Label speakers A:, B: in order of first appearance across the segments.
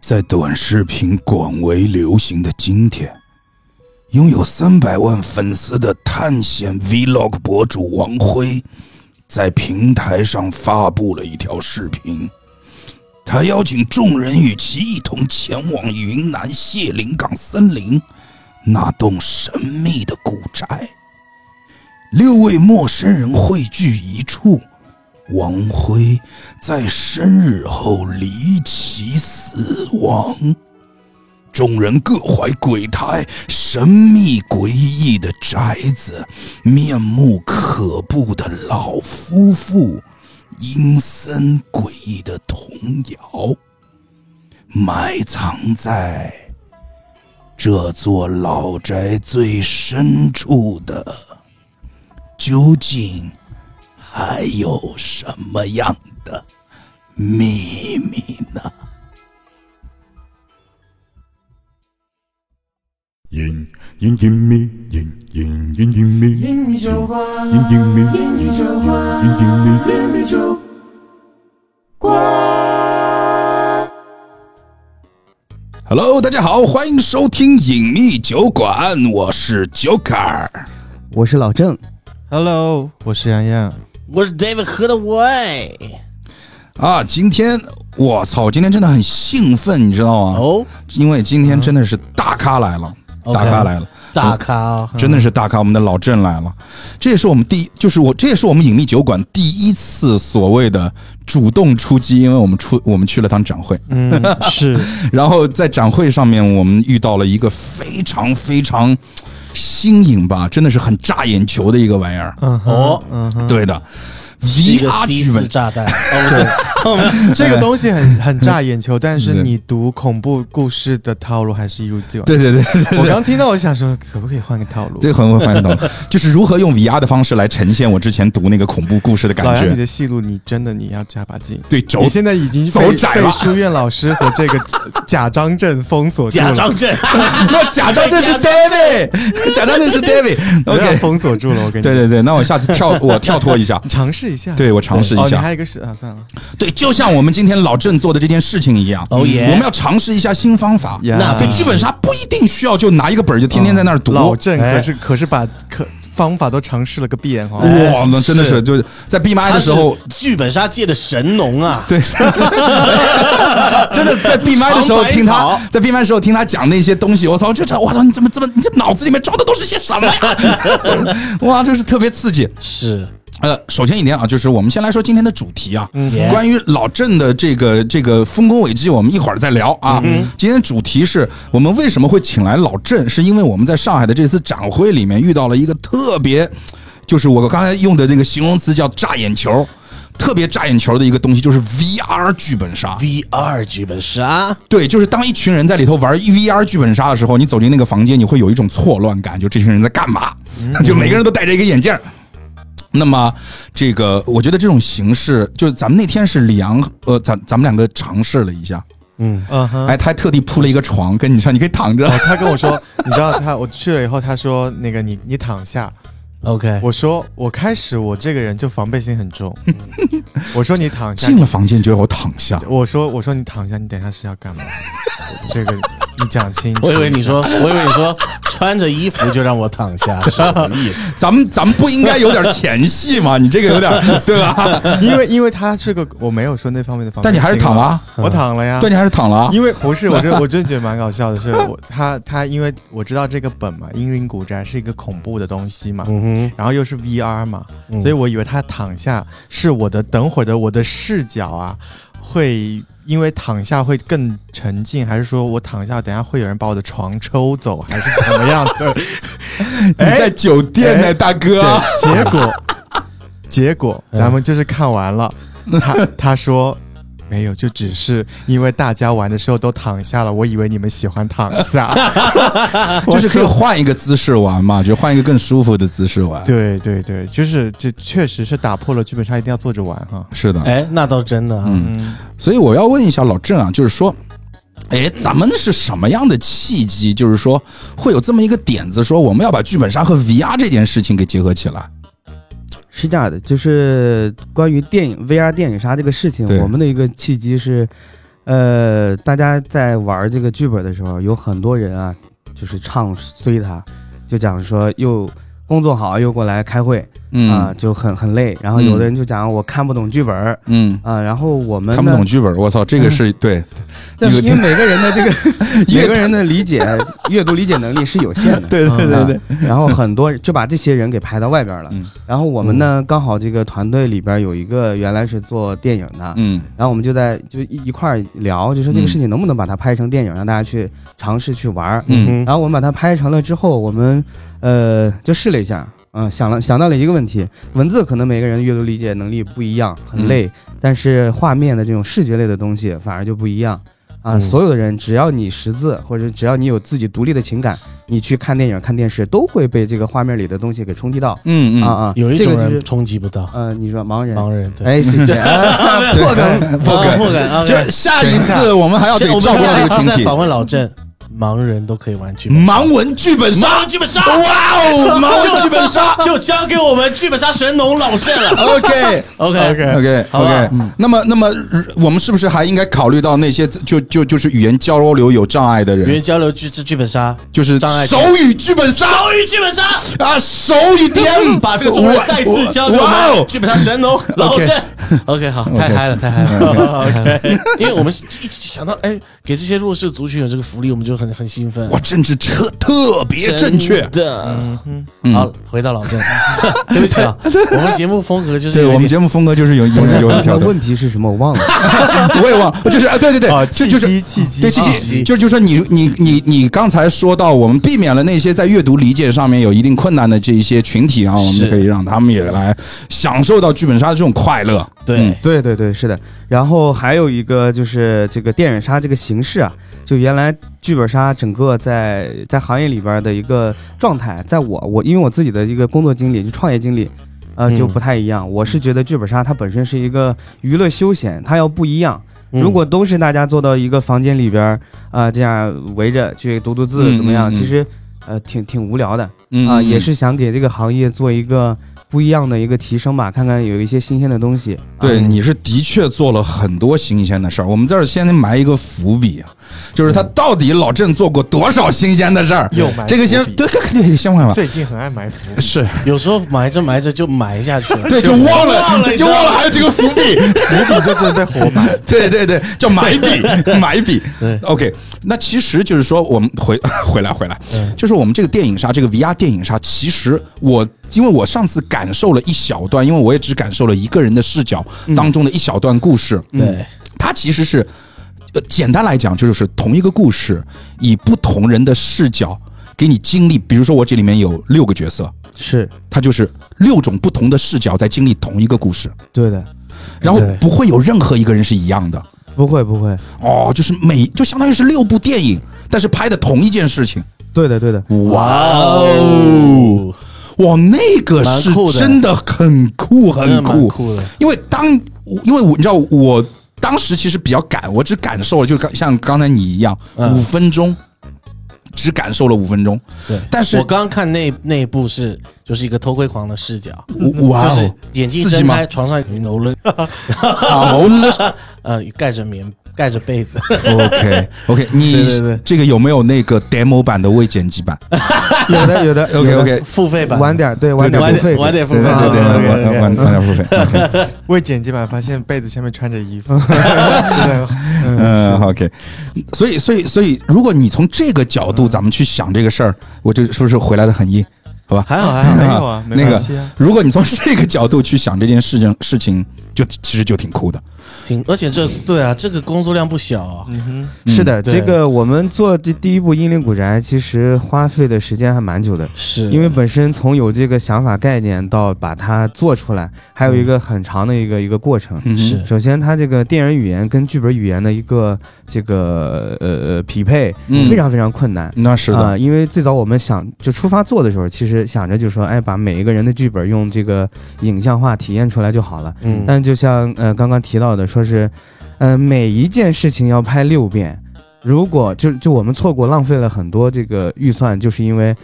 A: 在短视频广为流行的今天，拥有三百万粉丝的探险 Vlog 博主王辉，在平台上发布了一条视频。他邀请众人与其一同前往云南谢林港森林那栋神秘的古宅。六位陌生人汇聚一处，王辉在生日后离奇死亡。众人各怀鬼胎，神秘诡异的宅子，面目可怖的老夫妇，阴森诡异的童谣，埋藏在这座老宅最深处的，究竟还有什么样的秘密呢？
B: 隐隐隐秘，隐隐隐隐秘，隐
C: 英语酒馆，
B: 隐秘，
C: 英语酒馆，
B: 隐隐秘。
C: 英语酒馆。
A: Hello，大家好，欢迎收听隐秘酒馆，我是 Joker。
D: 我是老郑，
C: Hello，我是洋洋。
E: 我是 David 喝的 wine
A: 啊，今天我操，今天真的很兴奋，你知道吗？
E: 哦，
A: 因为今天真的是大咖来了，
E: OK
A: 大咖来了，
E: 大咖
A: 真的是大咖，我们的老郑来了。这也是我们第一，就是我，这也是我们隐秘酒馆第一次所谓的主动出击，因为我们出我们去了趟展会，
C: 嗯，是，
A: 然后在展会上面我们遇到了一个非常非常新颖吧，真的是很炸眼球的一个玩意儿。
C: 嗯哼
E: 哦，
C: 嗯哼，
A: 对的
E: 是一个
A: ，VR
E: C
A: 剧本
E: 四炸 弹，哦不是，
C: 这个东西很很炸眼球，但是
A: 对
C: 你读恐怖故事的套路还是一如既往。
A: 嗯对对对对对，
C: 我刚听到，我想说，可不可以换个套路？
A: 这很会翻懂，就是如何用 VR 的方式来呈现我之前读那个恐怖故事的感
C: 老 杨，你
A: 觉。
C: 的戏路你真的你要加把劲。
A: 对，轴
C: 你现在已经
A: 走
C: 被
A: 窄
C: 被
A: 了
C: 书院老师和这个贾张震封锁住
E: 假
C: 了，
E: 张震，
A: 那假装这是 David，假装这是 David。
C: 不要
A: OK，
C: 封锁住了，我跟你
A: 对对对，那我下次跳我跳脱一下，
C: 尝试一下，
A: 对我尝试一
C: 哦，你
A: 下。
C: 还有一个是啊，算了，
A: 对，就像我们今天老郑做的这件事情一样，嗯
E: Oh yeah
A: 我们要尝试一下新方法。
C: Yeah
E: 那
A: 对，基本上不一定需要就拿一个本儿就天天在那儿读。
C: 哦
A: 哎
C: 老郑可是可是把可方法都尝试了个遍哈，
A: 哇，那真的是
E: 是
A: 就是在闭麦
E: 他
A: 的
E: 是
A: 时候，
E: 剧本杀界的神农啊，
A: 对，是真的在闭麦的时候
E: 长白
A: 听他
E: 草，
A: 在闭麦的时候听他讲那些东西，我操，这这，我操，你怎么怎么，你这脑子里面装的都是些什么呀？ 哇，就是特别刺激。
E: 是
A: 呃，首先一点啊，就是我们先来说今天的主题啊，
E: Yeah
A: 关于老郑的这个这个丰功伟绩，我们一会儿再聊啊。今天主题是我们为什么会请来老郑，是因为我们在上海的这次展会里面遇到了一个特别，就是我刚才用的那个形容词叫炸眼球，特别炸眼球的一个东西，就是 VR 剧本杀。
E: VR 剧本杀，
A: 对，就是当一群人在里头玩 VR 剧本杀的时候，你走进那个房间，你会有一种错乱感，就这群人在干嘛？ 就每个人都戴着一个眼镜儿。那么，这个我觉得这种形式，就咱们那天是李阳，呃，咱咱们两个尝试了一下，
E: 嗯，
C: 嗯哼，
A: 哎，他还特地铺了一个床跟你说，你可以躺 着。
C: 哦他跟我说，你知道他我去了以后，他说那个你你躺下，
A: 哎
E: OK，
C: 我说我开始我这个人就防备心很 重，我说你躺下
A: 进，了房间之后躺下，
C: 我说我说你躺下，你等一下是要干 嘛？这个你讲清楚。
E: 我以为你说，我以为你说穿着衣服就让我躺 下，是什么意思？
A: 咱们咱们不应该有点前戏吗？ 你这个有点对吧？
C: 因为因为他这个我没有说那方面的防备，
A: 但你还是躺了，啊，
C: 我躺了呀。
A: 对，你还是躺了啊。
C: 因为不是，我真我真的觉得蛮搞笑的是，我他他因为我知道这个本嘛，《阴云古宅》是一个恐怖的东西嘛，
E: 嗯
C: 然后又是 VR 嘛，
E: 哼
C: 所以我以为他躺下是我的，等会儿的我的视角啊，会因为躺下会更沉浸，还是说我躺下等下会有人把我的床抽走，还是怎么样的？
A: 你在酒店呢，
C: 哎
A: 大哥。
C: 对，结果结果咱们就是看完了，他他说。没有，就只是因为大家玩的时候都躺下了，我以为你们喜欢躺下，
A: 就是可以
C: 我说
A: 换一个姿势玩嘛，就换一个更舒服的姿势玩。
C: 对对对，就是这确实是打破了剧本杀一定要坐着玩哈。
A: 是的，
E: 哎，那倒真的啊，
C: 嗯，
A: 所以我要问一下老郑啊，就是说，哎，咱们是什么样的契机，就是说会有这么一个点子，说我们要把剧本杀和 VR 这件事情给结合起来？
D: 是这样的，就是关于电影 VR 电影杀这个事情
A: 对，
D: 我们的一个契机是，呃，大家在玩这个剧本的时候，有很多人啊，就是唱衰他，就讲说又工作好又过来开会
A: 嗯
D: 啊、就很很累。然后有的人就讲我看不懂剧本儿
A: 嗯，
D: 啊、然后我们
A: 看不
D: 呢
A: 懂剧本，我操，这个是对，
D: 但是因为每个人的这个
A: 阅
D: 每个人的理解、阅读理解能力是有限的，
A: 对
C: 对对
D: 对、然后很多就把这些人给排到外边了。
A: 嗯
D: 然后我们呢，刚好这个团队里边有一个原来是做电影的，
A: 嗯
D: 然后我们就在就一一块儿聊，就说这
A: 嗯
D: 个事情能不能把它拍成电影，让大家去尝试去玩儿。
A: 嗯
D: 然后我们把它拍成了之后，我们呃就试了一下，嗯、想了想到了一个问题，文字可能每个人阅读理解能力不一样，很累，
A: 嗯
D: 但是画面的这种视觉类的东西反而就不一样啊、
C: 嗯
D: 所有的人只要你识字，或者只要你有自己独立的情感，你去看电影、看电视，都会被这个画面里的东西给冲击到、
A: 嗯嗯
D: 啊啊。
E: 有一
D: 这
E: 种
D: 个就是
E: 人冲击不到，
D: 呃，你说盲人，
E: 盲人对，
D: 哎，谢谢，啊破
A: 哦
D: 梗。
A: 不敢
E: 啊不敢，啊不敢
A: 就下一次我们还要得
E: 先我们
A: 照顾
E: 下
A: 这个
E: 一次
A: 群
E: 再
A: 体。
E: 访问老郑，盲人都可以玩剧本杀，
A: 盲文剧本杀，
E: 盲人剧本杀
A: 哇哦，盲 文剧本杀
E: 就交给我们剧本杀神农老郑了。
A: ，OK。
E: OK，
C: OK，
A: OK
E: 好吧
A: OK，那么那么呃我们是不是还应该考虑到那些就就就是语言交流有障碍的
E: 语
A: 人，
E: 言交流剧这剧本杀，
A: 就是
E: 障碍
A: 手语剧本杀
E: 手语剧本杀，
A: 啊，手语 DM，
E: 把这个中文再次交给我
A: 哇
E: 们
A: 哦，
E: 剧本杀神农老郑。OK，好，太嗨了，太嗨 了。OK，因为我们一一想到哎，给这些弱势族群有这个福利，我们就很很兴奋。
A: 哇，政治特特别正确，
E: 的。
A: 嗯
E: 好，回到老 郑，对不起啊，我们节目风格就是
A: 对
E: 有一
A: 我们
E: 点
A: 节目风格就是有有有有一条
D: 那
A: 的，
D: 问题是什么？我忘了。
A: 我也忘了，就是啊，对对对，
C: 哦，
A: 这
C: 契
A: 就是
C: 机契机，
A: 对，琪
E: 契
A: 琪，
E: 机
A: 就就说你你你你刚才说到，我们避免了那些在阅读理解上面有一定困难的这一些群体啊，我们
E: 是
A: 可以让他们也来享受到剧本杀的这种快乐。嗯
E: 对
D: 对对对，是的。然后还有一个就是这个电影杀这个形式啊，就原来剧本杀整个在在行业里边的一个状态，在我我因为我自己的一个工作经历，就创业经历，呃，
E: 嗯
D: 就不太一样。我是觉得剧本杀它本身是一个娱乐休闲，它要不一样。
E: 嗯
D: 如果都是大家坐到一个房间里边儿啊、这样围着去读读字
A: 嗯
D: 怎么样？
A: 嗯嗯
D: 其实呃挺挺无聊的。
A: 嗯
D: 啊、也是想给这个行业做一个不一样的一个提升吧，看看有一些新鲜的东西。啊
A: 对，你是的确做了很多新鲜的事儿。我们这儿先埋一个伏笔啊，就是他到底老郑做过多少新鲜的事儿？
C: 又埋
A: 这个
C: 伏
A: 先
C: 笔
A: 对，肯定先问吧。
C: 最近很爱埋伏笔，
A: 是
E: 有时候埋着埋着就埋下去了，
A: 对，就忘了，就
E: 你知道吗
A: 忘了还有这个伏笔。
C: 伏笔就真的被活 埋。
A: 对对对，叫买笔，买笔。
E: 对
A: ，OK，那其实就是说，我们回 回来回来
E: 嗯，
A: 就是我们这个电影杀，这个 VR 电影杀，其实我因为我上次感受了一小段，因为我也只感受了一个人的视角当中的一小段故事，
E: 对，
A: 它其实是，呃，简单来讲就是同一个故事，以不同人的视角给你经历。比如说我这里面有六个角色，
D: 是
A: 它就是六种不同的视角在经历同一个故事，
D: 对的，
A: 然后
E: 对
A: 不会有任何一个人是一样的。
D: 不会不会，
A: 哦，就是每就相当于是六部电影，但是拍的同一件事情。
D: 对的对的，
A: 哇哦，哇，那个
E: 蛮
A: 是
E: 酷的
A: 真的很酷，
E: 真的
A: 很
E: 蛮
A: 酷。
E: 酷的，
A: 因为当因为我你知道我。当时其实比较赶，我只感受了，就刚像刚才你一样，
E: 嗯
A: 五分钟，只感受了五分钟。
E: 对。
A: 但是
E: 我刚刚看那那一部是就是一个偷窥狂的视角，
A: 哇
E: 就
A: 哦
E: 是，眼睛一
A: 刺激
E: 睁
A: 吗
E: 开，床上有楼了，
A: 好了
E: 呃，盖着棉盖着被子，
A: ，OK OK，你
E: 对对对
A: 这个有没有那个 demo 版的未剪辑版
D: 有的有的
A: ？OK
D: 有的
A: OK，
E: 付费版
D: 晚点儿对晚点儿
E: 晚
D: 不费，
E: 晚点付
A: 对
E: 费，
A: 对对对，
E: 啊
A: 晚
E: OK，OK，
A: 晚晚点付费。OK
C: 为剪辑版发现被子下面穿着 衣服，真的很
A: 嗯，OK，所以，所以，所以，如果你从这个角度咱们去想这个事儿，我这是不是回来的很硬？好吧，
E: 还好还
C: 没
E: 好，
C: 有啊，没
A: 那个
C: 关系啊。
A: 如果你从这个角度去想这件事情，事情就其实就挺酷的。
E: 挺而且这对啊，这个工作量不小啊，
C: 嗯哼，
A: 嗯
D: 是的，
E: 对
D: 这个我们做这第一部《英灵古宅》，其实花费的时间还蛮久的，
E: 是
D: 因为本身从有这个想法概念到把它做出来，还有一个很长的一个一个过程。
A: 嗯
E: 是
D: 首先，它这个电影语言跟剧本语言的一个这个呃呃匹配
A: 嗯，
D: 非常非常困难。
A: 那是
D: 啊、
A: 的，
D: 因为最早我们想就出发做的时候，其实想着就说，哎，把每一个人的剧本用这个影像化体验出来就好了。
E: 嗯
D: 但就像呃刚刚提到的，说是，呃每一件事情要拍六遍，如果就就我们错过浪费了很多这个预算，就是因为，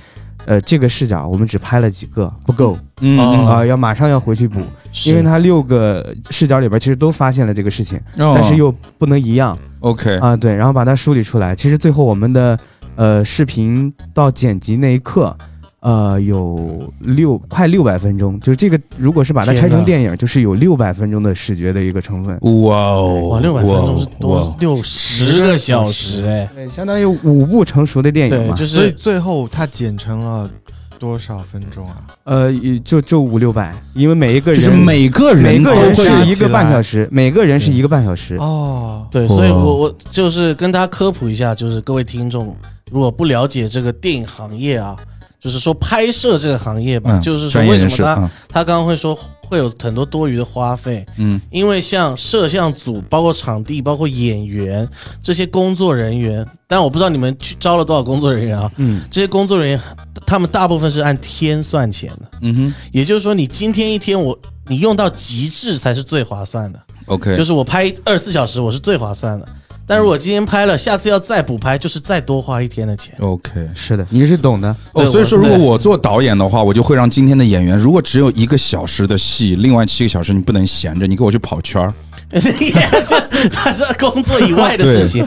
D: 呃这个视角我们只拍了几个不够
A: 嗯
E: 哦
D: 啊、要马上要回去补，因为它六个视角里边其实都发现了这个事情，
A: 但
D: 但是又不能一样，
A: OK，
D: 啊，对，然后把它梳理出来。其实最后我们的呃视频到剪辑那一刻，呃，有六快六百分钟，就是这个如果是把它
E: 天
D: 拆成
E: 呐
D: 电影，就是有六百分钟的视觉的一个成分，
A: 哇哦，
E: 哇，六百分钟是
A: 哇
E: 多
A: 哦
E: 六十个小时哎，
D: 对，相当于五部成熟的电影
E: 对，
D: 嘛，
E: 就是
C: 所以最后它剪成了多少分钟啊？
D: 呃，也就就五六百，因为每一个
A: 就
D: 人
A: 是每个
D: 每
A: 人
D: 个
A: 都
D: 人
A: 会
D: 是一个半小时，每个人是一个半小时。
C: 哦，
E: 对，
A: 哇
E: 所以我我就是跟大家科普一下，就是各位听众，如果不了解这个电影行业啊，就是说拍摄这个行业吧，
A: 嗯，
E: 就是说
A: 专业
E: 为什
A: 人
E: 么
A: 士
E: 他
A: 啊
E: 他刚刚会说会有很多多余的花费，
A: 嗯
E: 因为像摄像组、包括场地、包括演员这些工作人员，但我不知道你们去招了多少工作人员啊，
D: 嗯，
E: 这些工作人员他们大部分是按天算钱的，
A: 嗯哼
E: 也就是说你今天一天我你用到极致才是最划算的。
A: ，OK，
E: 就是我拍二十四小时，我是最划算的。但如果今天拍了，下次要再补拍，就是再多花一天 的钱。
A: OK。
D: 是的，你是懂的。
A: 哦，
E: 对
A: 所以
E: 我
A: 说，如果
E: 对
A: 我做导演的话，我就会让今天的演员，如果只有一个小时的戏，另外七个小时你不能闲着，你给我去跑圈 儿。
E: 这他是工作以外的事情。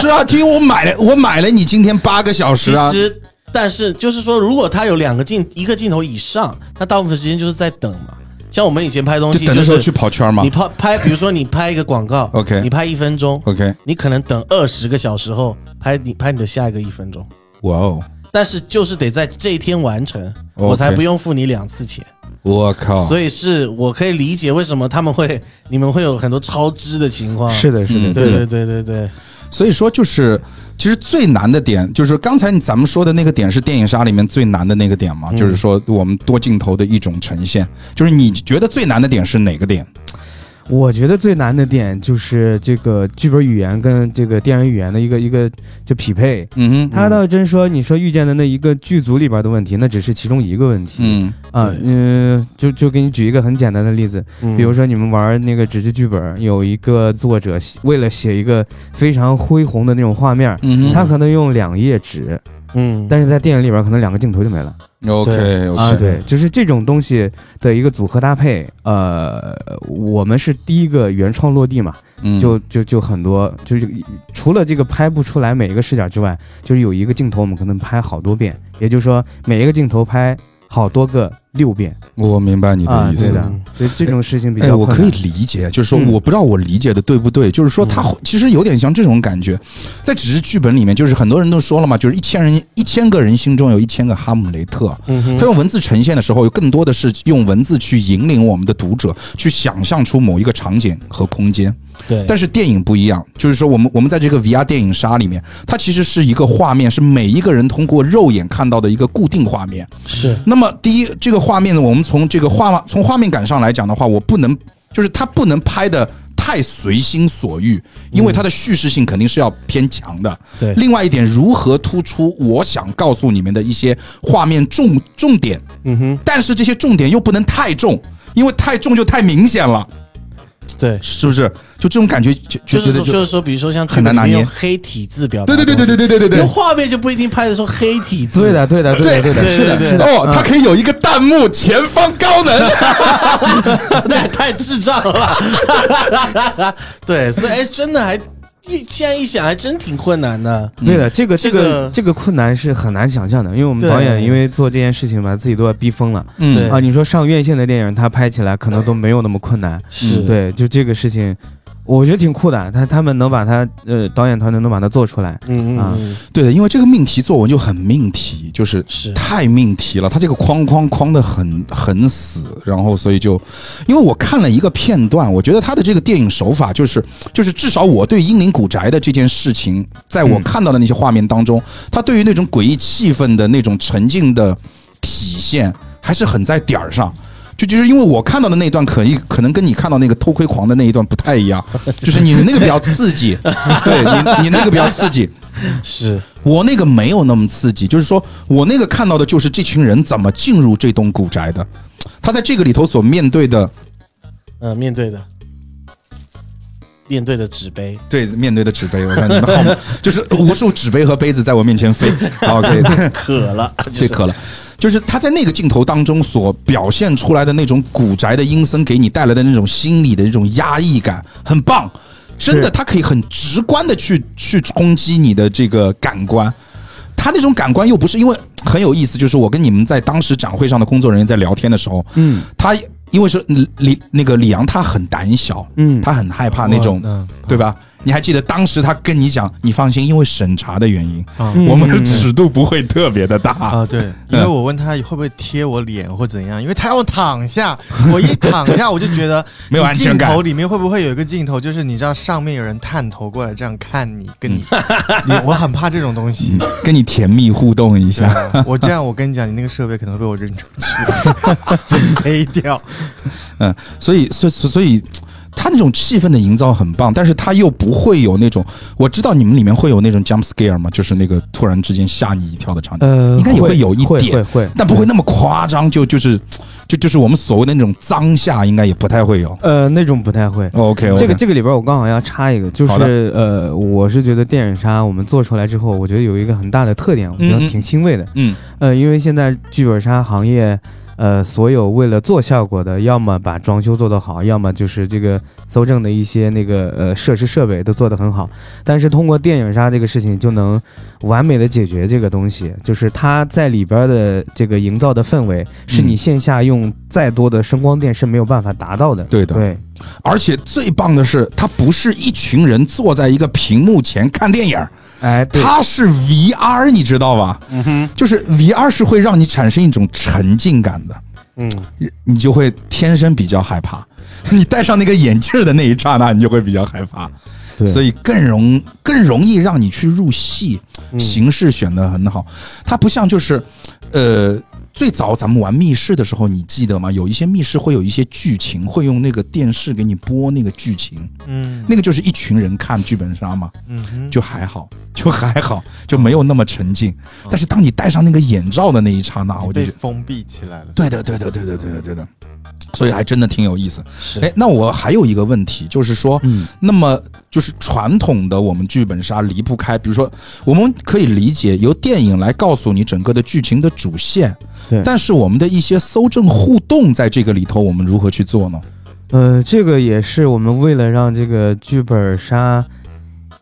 A: 是啊，听我买了，我买了你今天八个小时
E: 其
A: 啊。
E: 实，但是就是说，如果他有两个镜一个镜头以上，他大部分时间就是在等嘛。像我们以前拍东
A: 就
E: 西，
A: 等的时候去
E: 是
A: 跑圈儿嘛
E: 你。拍拍，比如说你拍一个广告
A: OK
E: 你拍一分钟，
A: OK，
E: 你可能等二十个小时后拍你拍你的下一个一分钟，
A: 哇哦，
E: 但是就是得在这一天完成，我
A: OK
E: 才不用付你两次钱。
A: 我靠，
E: 所以是我可以理解为什么他们会你们会有很多超支的情况。
D: 是，的，是的，
A: 嗯
E: 对对对对对，
A: 所以说就是，其实最难的点就是刚才咱们说的那个点是电影杀里面最难的那个点嘛，
E: 嗯
A: 就是说我们多镜头的一种呈现。就是你觉得最难的点是哪个点？
D: 我觉得最难的点就是这个剧本语言跟这个电影语言的一个一个就匹配。
A: 嗯哼，
D: 他倒真说，你说遇见的那一个剧组里边的问题，那只是其中一个问题、
A: 嗯
D: 啊
E: 对。
D: 嗯、就就给你举一个很简单的例子，
E: 嗯
D: 比如说你们玩那个纸质剧本，有一个作者为了写一个非常恢宏的那种画面，
A: 嗯
D: 他
A: 哼
D: 可能用两页纸，
E: 嗯，
D: 但是在电影里边可能两个镜头就没了
A: ，OK
D: 啊。
A: OK，
D: 对，就是这种东西的一个组合搭配，呃，我们是第一个原创落地嘛，
A: 嗯
D: 就就就很多，就是除了这个拍不出来每一个视角之外，就是有一个镜头我们可能拍好多遍，也就是说每一个镜头拍好多个六遍，
A: 我明白你
D: 啊
A: 的意
D: 对
A: 思。
D: 的所以这种事情比
A: 哎，
D: 较
A: 我
D: 困难。
A: 可以理解，就是说，
E: 嗯
A: 我不知道我理解的对不对，就是说，他
E: 嗯
A: 其实有点像这种感觉，在只是剧本里面，就是很多人都说了嘛，就是一千人一千个人心中有一千个哈姆雷特，
E: 嗯
A: 他
E: 哼，
A: 用文字呈现的时候，有更多的是用文字去引领我们的读者去想象出某一个场景和空间。
E: 对，
A: 但是电影不一样，就是说我们我们在这个 VR 电影杀里面，它其实是一个画面，是每一个人通过肉眼看到的一个固定画面。
E: 是
A: 那么第一，这个画面呢，我们从这个画从画面感上来讲的话，我不能就是它不能拍的。太随心所欲，因为它的叙事性肯定是要偏强的。
E: 对
A: 另外一点，如何突出我想告诉你们的一些画面重重点，
E: 嗯哼，
A: 但是这些重点又不能太重，因为太重就太明显了，
E: 对，
A: 是不是？就这种感觉，就
E: 就
A: 觉
E: 是
A: 得
E: 说就
A: 就是
E: 说，比如说像
A: 很难
E: 剧本里面
A: 拿捏
E: 用黑体字表达
A: 对
E: 的
A: 对
E: 东
A: 对
E: 西，
A: 对对对对对对
E: 用。画面就不一定拍的说黑体字，
D: 对，的，对的，的，对的，
E: 对
D: 是的，
E: 对
D: 是的。嗯
A: 哦，它可以有一个弹幕，前方高能。
E: 那也 太智障了吧， 对，所以哎，真的还一现在一想还真挺困难的，
D: 对的，这个这
E: 这个
D: 个这个困难是很难想象的，因为我们
E: 对
D: 导演因为做这件事情把自己都要逼疯了
E: 对
D: 啊！你说上院线的电影，他拍起来可能都没有那么困难，
A: 嗯
E: 是，
D: 对，就这个事情，我觉得挺酷的，他他们能把他呃导演团队能把它做出来，
E: 嗯嗯
D: 啊
E: 嗯，
A: 对的，因为这个命题作文就很命题，就是
E: 是，
A: 太命题了，它这个框框框的很很死，然后所以就，因为我看了一个片段，我觉得他的这个电影手法就是就是至少我对英灵古宅的这件事情，在我
D: 嗯
A: 看到的那些画面当中，他对于那种诡异气氛的那种沉浸的体现，还是很在点儿上。就就是因为我看到的那一段可以可能跟你看到那个偷窥狂的那一段不太一样，就是你那个比较刺激，对你你那个比较刺激，
E: 是，
A: 我那个没有那么刺激，就是说我那个看到的就是这群人怎么进入这栋古宅的，他在这个里头所面对的，
E: 嗯，面对的，面对的纸杯，
A: 对面对的纸杯，我看你们好吗， 就是无数纸杯和杯子在我面前飞。OK，
E: 渴了，
A: 对，渴了。就是他在那个镜头当中所表现出来的那种古宅的阴森给你带来的那种心理的那种压抑感，很棒。真的，它可以很直观的去去冲击你的这个感官。他那种感官又不是因为很有意思，就是我跟你们在当时展会上的工作人员在聊天的时候，
D: 嗯
A: 他因为是李李那个李阳，他很胆小，
D: 嗯，
A: 他很害怕那种，对吧？你还记得当时他跟你讲，你放心，因为审查的原因，
C: 啊
D: 嗯
A: 我们的尺度不会特别的大。
C: 啊，对，因为我问他会不会贴我脸或怎样，因为他要我 躺下，我一躺下我就觉得
A: 没有安全感
C: 你镜头里面会不会有一个镜头，就是你知道上面有人探头过来这样看你，跟你，
A: 嗯
C: 你我很怕这种东西。
A: 跟你甜蜜互动一
C: 对
A: 下，
C: 啊我这样，我跟你讲，你那个设备可能会被我扔出去， 就飞掉。
A: 嗯所以，所以所以所以，他那种气氛的营造很棒，但是他又不会有那种，我知道你们里面会有那种 jump scare 吗？就是那个突然之间吓你一跳的场景，
D: 呃，
A: 应该也会有一
D: 会
A: 点
D: 会会，
A: 但不会那么夸张，就就是就就是我们所谓的那种脏吓，应该也不太会有。
D: 呃，那种不太会。
A: OK，, o k
D: 这个这个里边，我刚好要插一个，就
A: 好
D: 是呃，我是觉得电影杀我们做出来之后，我觉得有一个很大的特点，我觉得
A: 嗯嗯
D: 挺欣慰的。
A: 嗯
D: 呃，因为现在剧本杀行业，呃，所有为了做效果的，要么把装修做得好，要么就是这个搜证的一些那个呃设施设备都做得很好。但是通过电影杀这个事情，就能完美的解决这个东西，就是它在里边的这个营造的氛围，是你
A: 嗯
D: 线下用再多的声光电是没有办法达到的。
A: 对的
D: 对，
A: 而且最棒的是，他不是一群人坐在一个屏幕前看电影儿，
D: 哎，对，
A: 他是 VR，你知道吧？嗯哼，就是 VR 是会让你产生一种沉浸感的。
E: 嗯，
A: 你就会天生比较害怕。 你戴上那个眼镜儿的那一刹那，你就会比较害怕，
D: 对
A: 所以更容更容易让你去入戏。形式选的很好，它不像就是，呃，最早咱们玩密室的时候，你记得吗？有一些密室会有一些剧情，会用那个电视给你播那个剧情，
C: 嗯
A: 那个就是一群人看剧本杀嘛，
C: 嗯哼，
A: 就还好，就还好，就没有那么沉浸。
D: 嗯
A: 但是当你戴上那个眼罩的那一刹那，我就
C: 被
A: 觉得。
C: 封闭起来了。
A: 对的，对的，对的，对的，对的，所以还真的挺有意思。
E: 是
A: 哎，那我还有一个问题，就是说，
D: 嗯，
A: 那么就是传统的我们剧本杀离不开，比如说，我们可以理解由电影来告诉你整个的剧情的主线，
D: 对
A: 但是我们的一些搜证互动在这个里头，我们如何去做呢？
D: 呃，这个也是我们为了让这个剧本杀，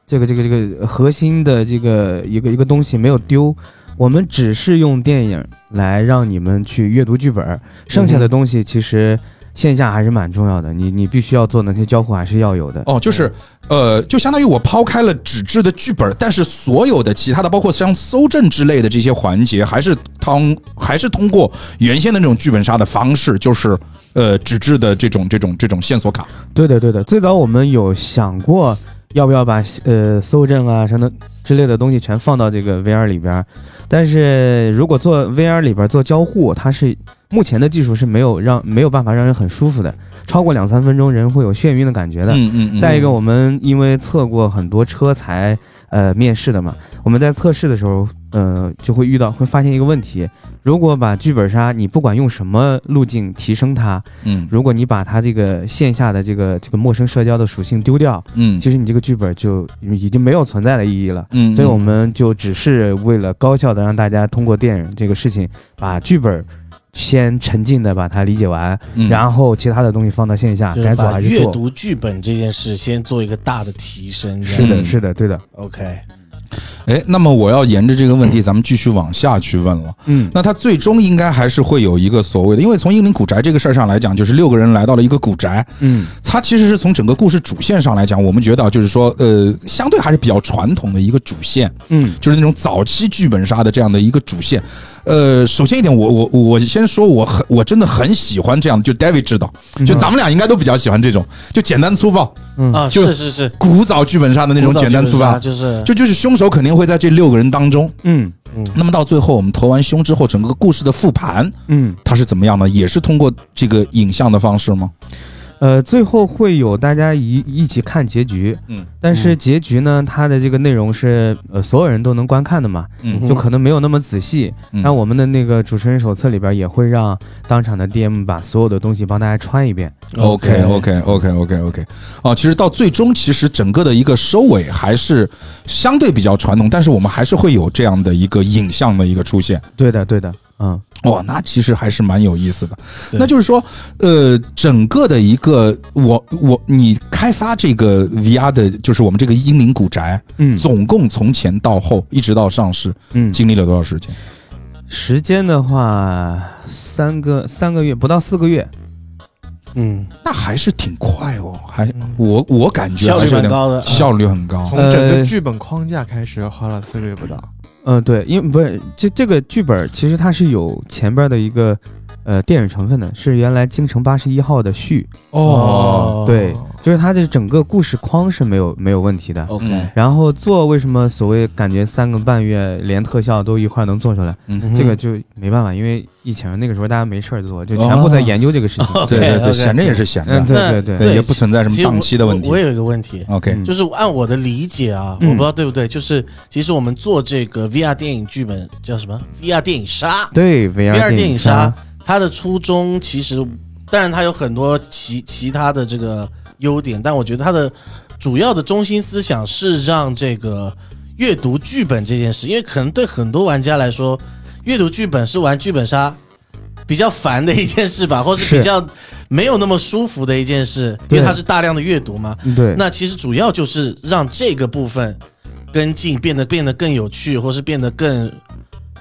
D: 这个这个这个核心的这个一个一个东西没有丢，我们只是用电影来让你们去阅读剧本，剩下的东西其实线下还是蛮重要的，你你必须要做那些交互还是要有的。
A: 哦，就是，
D: 嗯
A: 呃，就相当于我抛开了纸质的剧本，但是所有的其他的，包括像搜证之类的这些环节，还是通还是通过原先的那种剧本杀的方式，就是呃纸质的这种这种这种线索卡。
D: 对的对的，最早我们有想过要不要把呃搜证啊什么之类的东西全放到这个 VR 里边儿，但是如果做 VR 里边儿做交互，它是目前的技术是没有让没有办法让人很舒服的，超过两三分钟人会有眩晕的感觉的。
A: 嗯嗯
D: 再一个，我们因为测过很多车才呃面试的嘛，我们在测试的时候，呃，就会遇到会发现一个问题，如果把剧本杀你不管用什么路径提升它，
A: 嗯
D: 如果你把它这个线下的这个这个陌生社交的属性丢掉，
A: 嗯
D: 其实你这个剧本就已经没有存在的意义了。
A: 嗯
D: 所以我们就只是为了高效的让大家通过电影这个事情，把剧本先沉浸的把它理解完，然后其他的东西放到线下，
E: 嗯就
D: 啊该
E: 是
D: 做
E: 把
D: 还是
E: 阅
D: 做。
E: 读剧本这件事先做一个大的提升。这
D: 是
E: 样
D: 的，
A: 嗯
D: 是的，对的，
E: OK，
A: 哎，那么我要沿着这个问题，咱们继续往下去问了。
D: 嗯，
A: 那他最终应该还是会有一个所谓的，因为从英灵古宅这个事儿上来讲，就是六个人来到了一个古宅，
D: 嗯，
A: 它其实是从整个故事主线上来讲，我们觉得啊就是说，呃，相对还是比较传统的一个主线，
D: 嗯，
A: 就是那种早期剧本杀的这样的一个主线。呃，首先一点，我我我先说，我很我真的很喜欢这样，就 David 知道，就咱们俩应该都比较喜欢这种，就简单粗暴，
D: 嗯
E: 啊，
A: 就是
E: 是是，
A: 古早剧本杀的那种
E: 古早
A: 简单
E: 剧
A: 粗
E: 本杀
A: 暴。
E: 就是
A: 就就是凶手肯定会在这六个人当中，
D: 嗯，
E: 嗯
A: 那么到最后我们投完凶之后，整个故事的复盘
D: 嗯，
A: 它是怎么样呢？也是通过这个影像的方式吗？
D: 呃，最后会有大家一一起看结局，
A: 嗯
D: 但是结局呢，它的这个内容是呃所有人都能观看的嘛，
A: 嗯
D: 就可能没有那么仔细。
A: 嗯
D: 那我们的那个主持人手册里边也会让当场的 DM 把所有的东西帮大家穿一遍。
A: OK OK OK OK OK，哦，其实到最终，其实整个的一个收尾还是相对比较传统，但是我们还是会有这样的一个影像的一个出现。
D: 对的，对的，嗯
A: 哇，那其实还是蛮有意思的。
E: 对
A: 那就是说，呃，整个的一个我我你开发这个 VR 的，就是我们这个英灵古宅，
D: 嗯
A: 总共从前到后一直到上市，
D: 嗯，
A: 经历了多少时间？
D: 时间的话，三个三个月不到四个月，
E: 嗯，
A: 那还是挺快哦，还
C: 嗯
A: 我我感觉
E: 效
A: 还
E: 率
A: 是有
E: 蛮
A: 点
E: 高的，啊
A: 效率很高
C: 从整个剧本框架开始花了四个月不到，
D: 嗯、对，因为不是这这个剧本其实它是有前边的一个呃电影成分的，是原来京城八十一号的续，
E: 哦
D: 对，就是它的整个故事框是没有没有问题的。
A: 嗯
E: ，OK，
D: 然后做为什么所谓感觉三个半月连特效都一块儿能做出来，
A: 嗯
D: 这个就没办法，因为疫情那个时候大家没事儿做，就全部在研究这个事情。
E: 哦
A: 对对对，
E: OK，OK
A: 闲着也是闲
D: 嗯，
A: 着，
D: 对
E: 那
D: 对对，
A: 对，也不存在什么
E: 其实我
A: 档期的问题
E: 我。我有一个问题，
A: OK，
D: 嗯
E: 就是按我的理解啊，
D: 嗯
E: 我不知道对不对，就是其实我们做这个 VR 电影剧本叫什么？VR 电影杀
D: 对 VR
E: ，VR 电
D: 电
E: 影杀，，它的初衷其实，当然它有很多其其他的这个优点，但我觉得它的主要的中心思想是让这个阅读剧本这件事，因为可能对很多玩家来说，阅读剧本是玩剧本杀。比较烦的一件事吧，或是
D: 是
E: 比较没有那么舒服的一件事，因为
D: 对
E: 它是大量的阅读嘛。
D: 对，
E: 那其实主要就是让这个部分跟进变得变得更有趣，或是变得更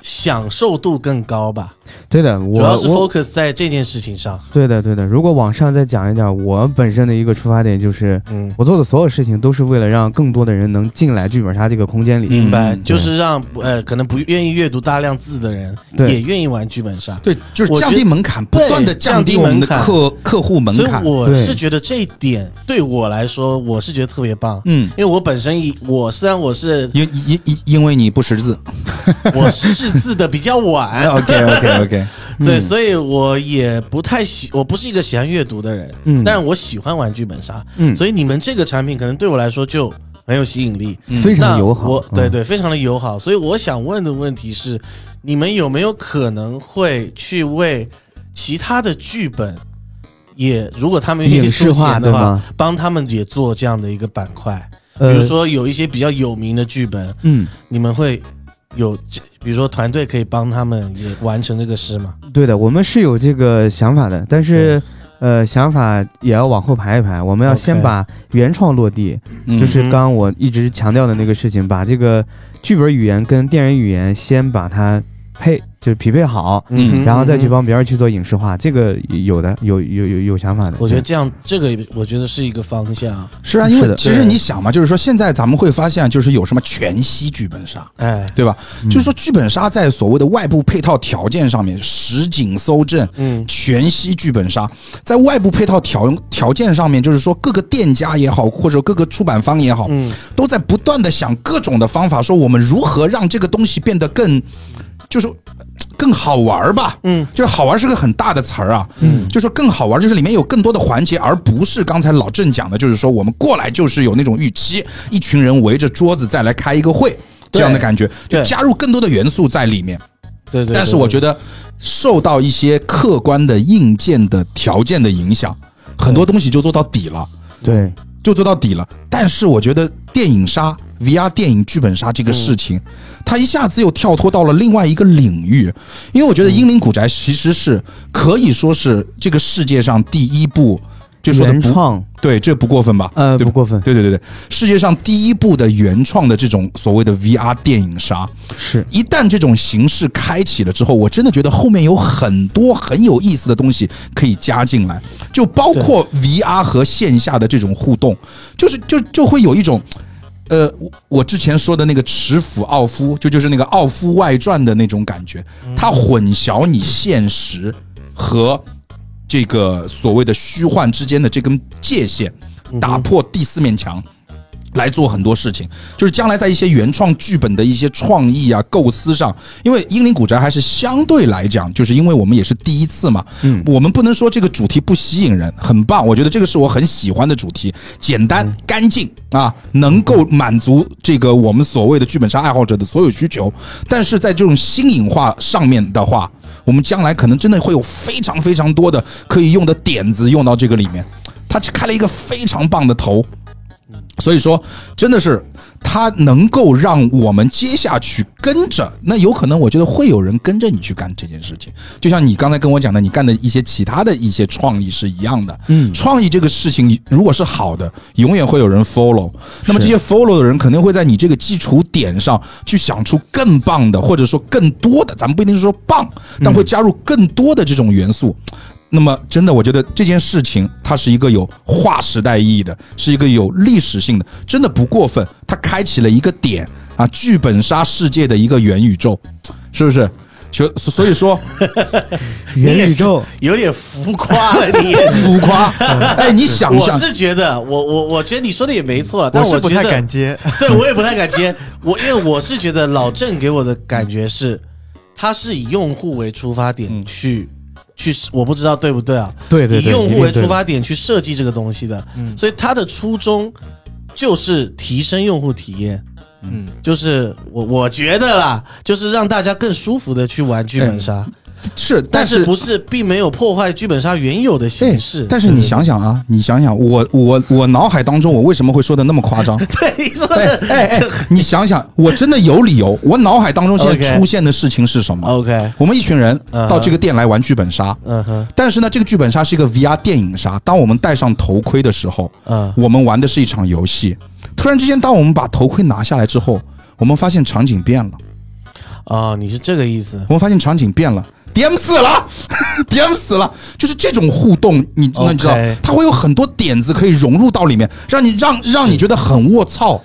E: 享受度更高吧。
D: 对的，我
E: 主要是
D: 我
E: focus 在这件事情上。
D: 对的，对的。如果往上再讲一点，我本身的一个出发点就是，
E: 嗯，
D: 我做的所有事情都是为了让更多的人能进来剧本杀这个空间里。
A: 嗯
E: 明白，
A: 对
E: 就是让呃可能不愿意阅读大量字的人
D: 对
E: 也愿意玩剧本杀。
A: 对，就是
E: 我
A: 降
E: 觉
A: 低门槛，不
E: 对
A: 断的降
E: 降低
A: 低我们的
E: 门槛
A: 客客户门
E: 所以
A: 槛。
E: 我
D: 对
E: 是觉得这一点对我来说，我是觉得特别棒。
A: 嗯，
E: 因为我本身以我虽然我 是
A: 因因因因为你不识字。
E: 我识字的比较晚，
D: 哦
A: OK OK 哎 OK，
D: 嗯
E: 对，所以我也不太喜，我不是一个喜欢阅读的人，
D: 嗯
E: 但是我喜欢玩剧本杀，
D: 嗯
E: 所以你们这个产品可能对我来说就很有吸引力，
D: 非常
E: 那
D: 友好
E: 我
D: 嗯
E: 对对，非常的友好。所以我想问的问题是，你们有没有可能会去为其他的剧本也，如果他们愿意
D: 影
E: 出
D: 视化
E: 钱的
D: 对
E: 话
D: 吗，
E: 帮他们也做这样的一个板块？比
D: 呃
E: 如说有一些比较有名的剧本，
D: 嗯，
E: 你们会有这，比如说团队可以帮他们也完成这个事吗？
D: 嗯对的，我们是有这个想法的，但是。呃，想法也要往后排一排，我们要
E: OK
D: 先把原创落地
A: 嗯
D: 就是刚刚我一直强调的那个事情，把这个剧本语言跟电影语言先把它配，就是匹配好，
A: 嗯
D: 然后再去帮别人去做影视化，这个有的有有有有想法的。
E: 我觉得
D: 对
E: 这样，这个我觉得是一个方向。
A: 是啊，因
D: 是
A: 为
D: 的
A: 其实你想嘛，就是说现在咱们会发现，啊就是有什么全息剧本杀，
E: 哎，
A: 对吧？
D: 嗯
A: 就是说剧本杀在所谓的外部配套条件上面，实景搜证。
E: 嗯，
A: 全息剧本杀在外部配套条条件上面，就是说各个店家也好，或者各个出版方也好，
E: 嗯，
A: 都在不断的想各种的方法，说我们如何让这个东西变得更，就是更好玩儿吧。
E: 嗯，
A: 就是好玩是个很大的词儿啊。嗯，就说更好玩，就是里面有更多的环节，而不是刚才老郑讲的，就是说我们过来就是有那种预期，一群人围着桌子再来开一个会。这样的感觉，
E: 对
A: 就加入更多的元素在里面。
E: 对对对。
A: 但是我觉
E: 得，
A: 得受到一些客观的硬件的条件的影响，很多东西就做到底了。
D: 对，
A: 就做到底了。但是我觉得电影杀、VR 电影剧本杀这个事情，它一下子又跳脱到了另外一个领域，因为我觉得《英灵古宅》其实是可以说是这个世界上第一部，这说的
D: 原
A: 不
D: 创
A: 对，这不过分吧？
D: 呃
A: 对
D: 不过分，
A: 对对对对，世界上第一部的原创的这种所谓的 VR 电影杀，
D: 是
A: 一旦这种形式开启了之后，我真的觉得后面有很多很有意思的东西可以加进来，就包括 VR 和线下的这种互动，就是就就会有一种。呃，我我之前说的那个持斧奥夫，就就是那个《奥夫外传》的那种感觉，
D: 嗯
A: 它混淆你现实和这个所谓的虚幻之间的这根界限，打破第四面墙。来做很多事情，就是将来在一些原创剧本的一些创意啊、构思上，因为《英灵古宅》还是相对来讲，就是因为我们也是第一次嘛，
D: 嗯
A: 我们不能说这个主题不吸引人，很棒，我觉得这个是我很喜欢的主题，简单、干净啊，能够满足这个我们所谓的剧本杀爱好者的所有需求。但是在这种新颖化上面的话，我们将来可能真的会有非常非常多的可以用的点子用到这个里面。他开了一个非常棒的头，所以说，真的是它能够让我们接下去跟着，那有可能我觉得会有人跟着你去干这件事情。就像你刚才跟我讲的，你干的一些其他的一些创意是一样的。
D: 嗯
A: 创意这个事情如果是好的，永远会有人 follow。那么这些 follow 的人肯定会在你这个基础点上去想出更棒的，或者说更多的，咱们不一定是说棒，但会加入更多的这种元素。那么，真的，我觉得这件事情它是一个有划时代意义的，是一个有历史性的，真的不过分。它开启了一个点啊，剧本杀世界的一个元宇宙，是不是？所所以说
D: 元宇宙，
E: 有点浮夸了，你也是。
A: 浮 夸，哎，你想一
E: 啊我
A: 想，
E: 是觉得，我我我觉得你说的也没错了，但
C: 我是
E: 觉
C: 不太
E: 得
C: 敢接，
E: 对我也不太敢接，我因为我是觉得老郑给我的感觉是，他是以用户为出发点去、去，我不知道对不对啊？
D: 对对对，
E: 以用
D: 一
E: 户
D: 定
E: 为
D: 对
E: 出发点去设计这个东西的，所以他的初衷就是提升用户体验。嗯
C: 嗯，
E: 就是我我觉得啦，就是让大家更舒服的去玩剧本杀，
A: 是，
E: 但
A: 但
E: 是
A: 是
E: 不是并没有破坏剧本杀原有的
A: 对
E: 形式。，
A: 但是你想想啊，你想想，我我我脑海当中，我为什么会说的那么夸张？
E: 对你说
A: 哎
E: 的
A: 哎哎，你想想，我真的有理由。我脑海当中现在
E: OK
A: 出现的事情是什么
E: OK，
A: 哎我们一群人
E: 嗯哼
A: 到这个店来玩剧本杀，
E: 嗯哼，
A: 但是呢，这个剧本杀是一个 VR 电影杀。当我们戴上头盔的时候，
E: 嗯
A: 我们玩的是一场游戏。突然之间，当我们把头盔拿下来之后，我们发现场景变了。
E: 哦，你是这个意思。
A: 我们发现场景变了，DM 死了 ，DM 死了，就是这种互动，你那
E: OK
A: 你知道，它会有很多点子可以融入到里面，让你让
E: 是
A: 让你觉得很卧槽，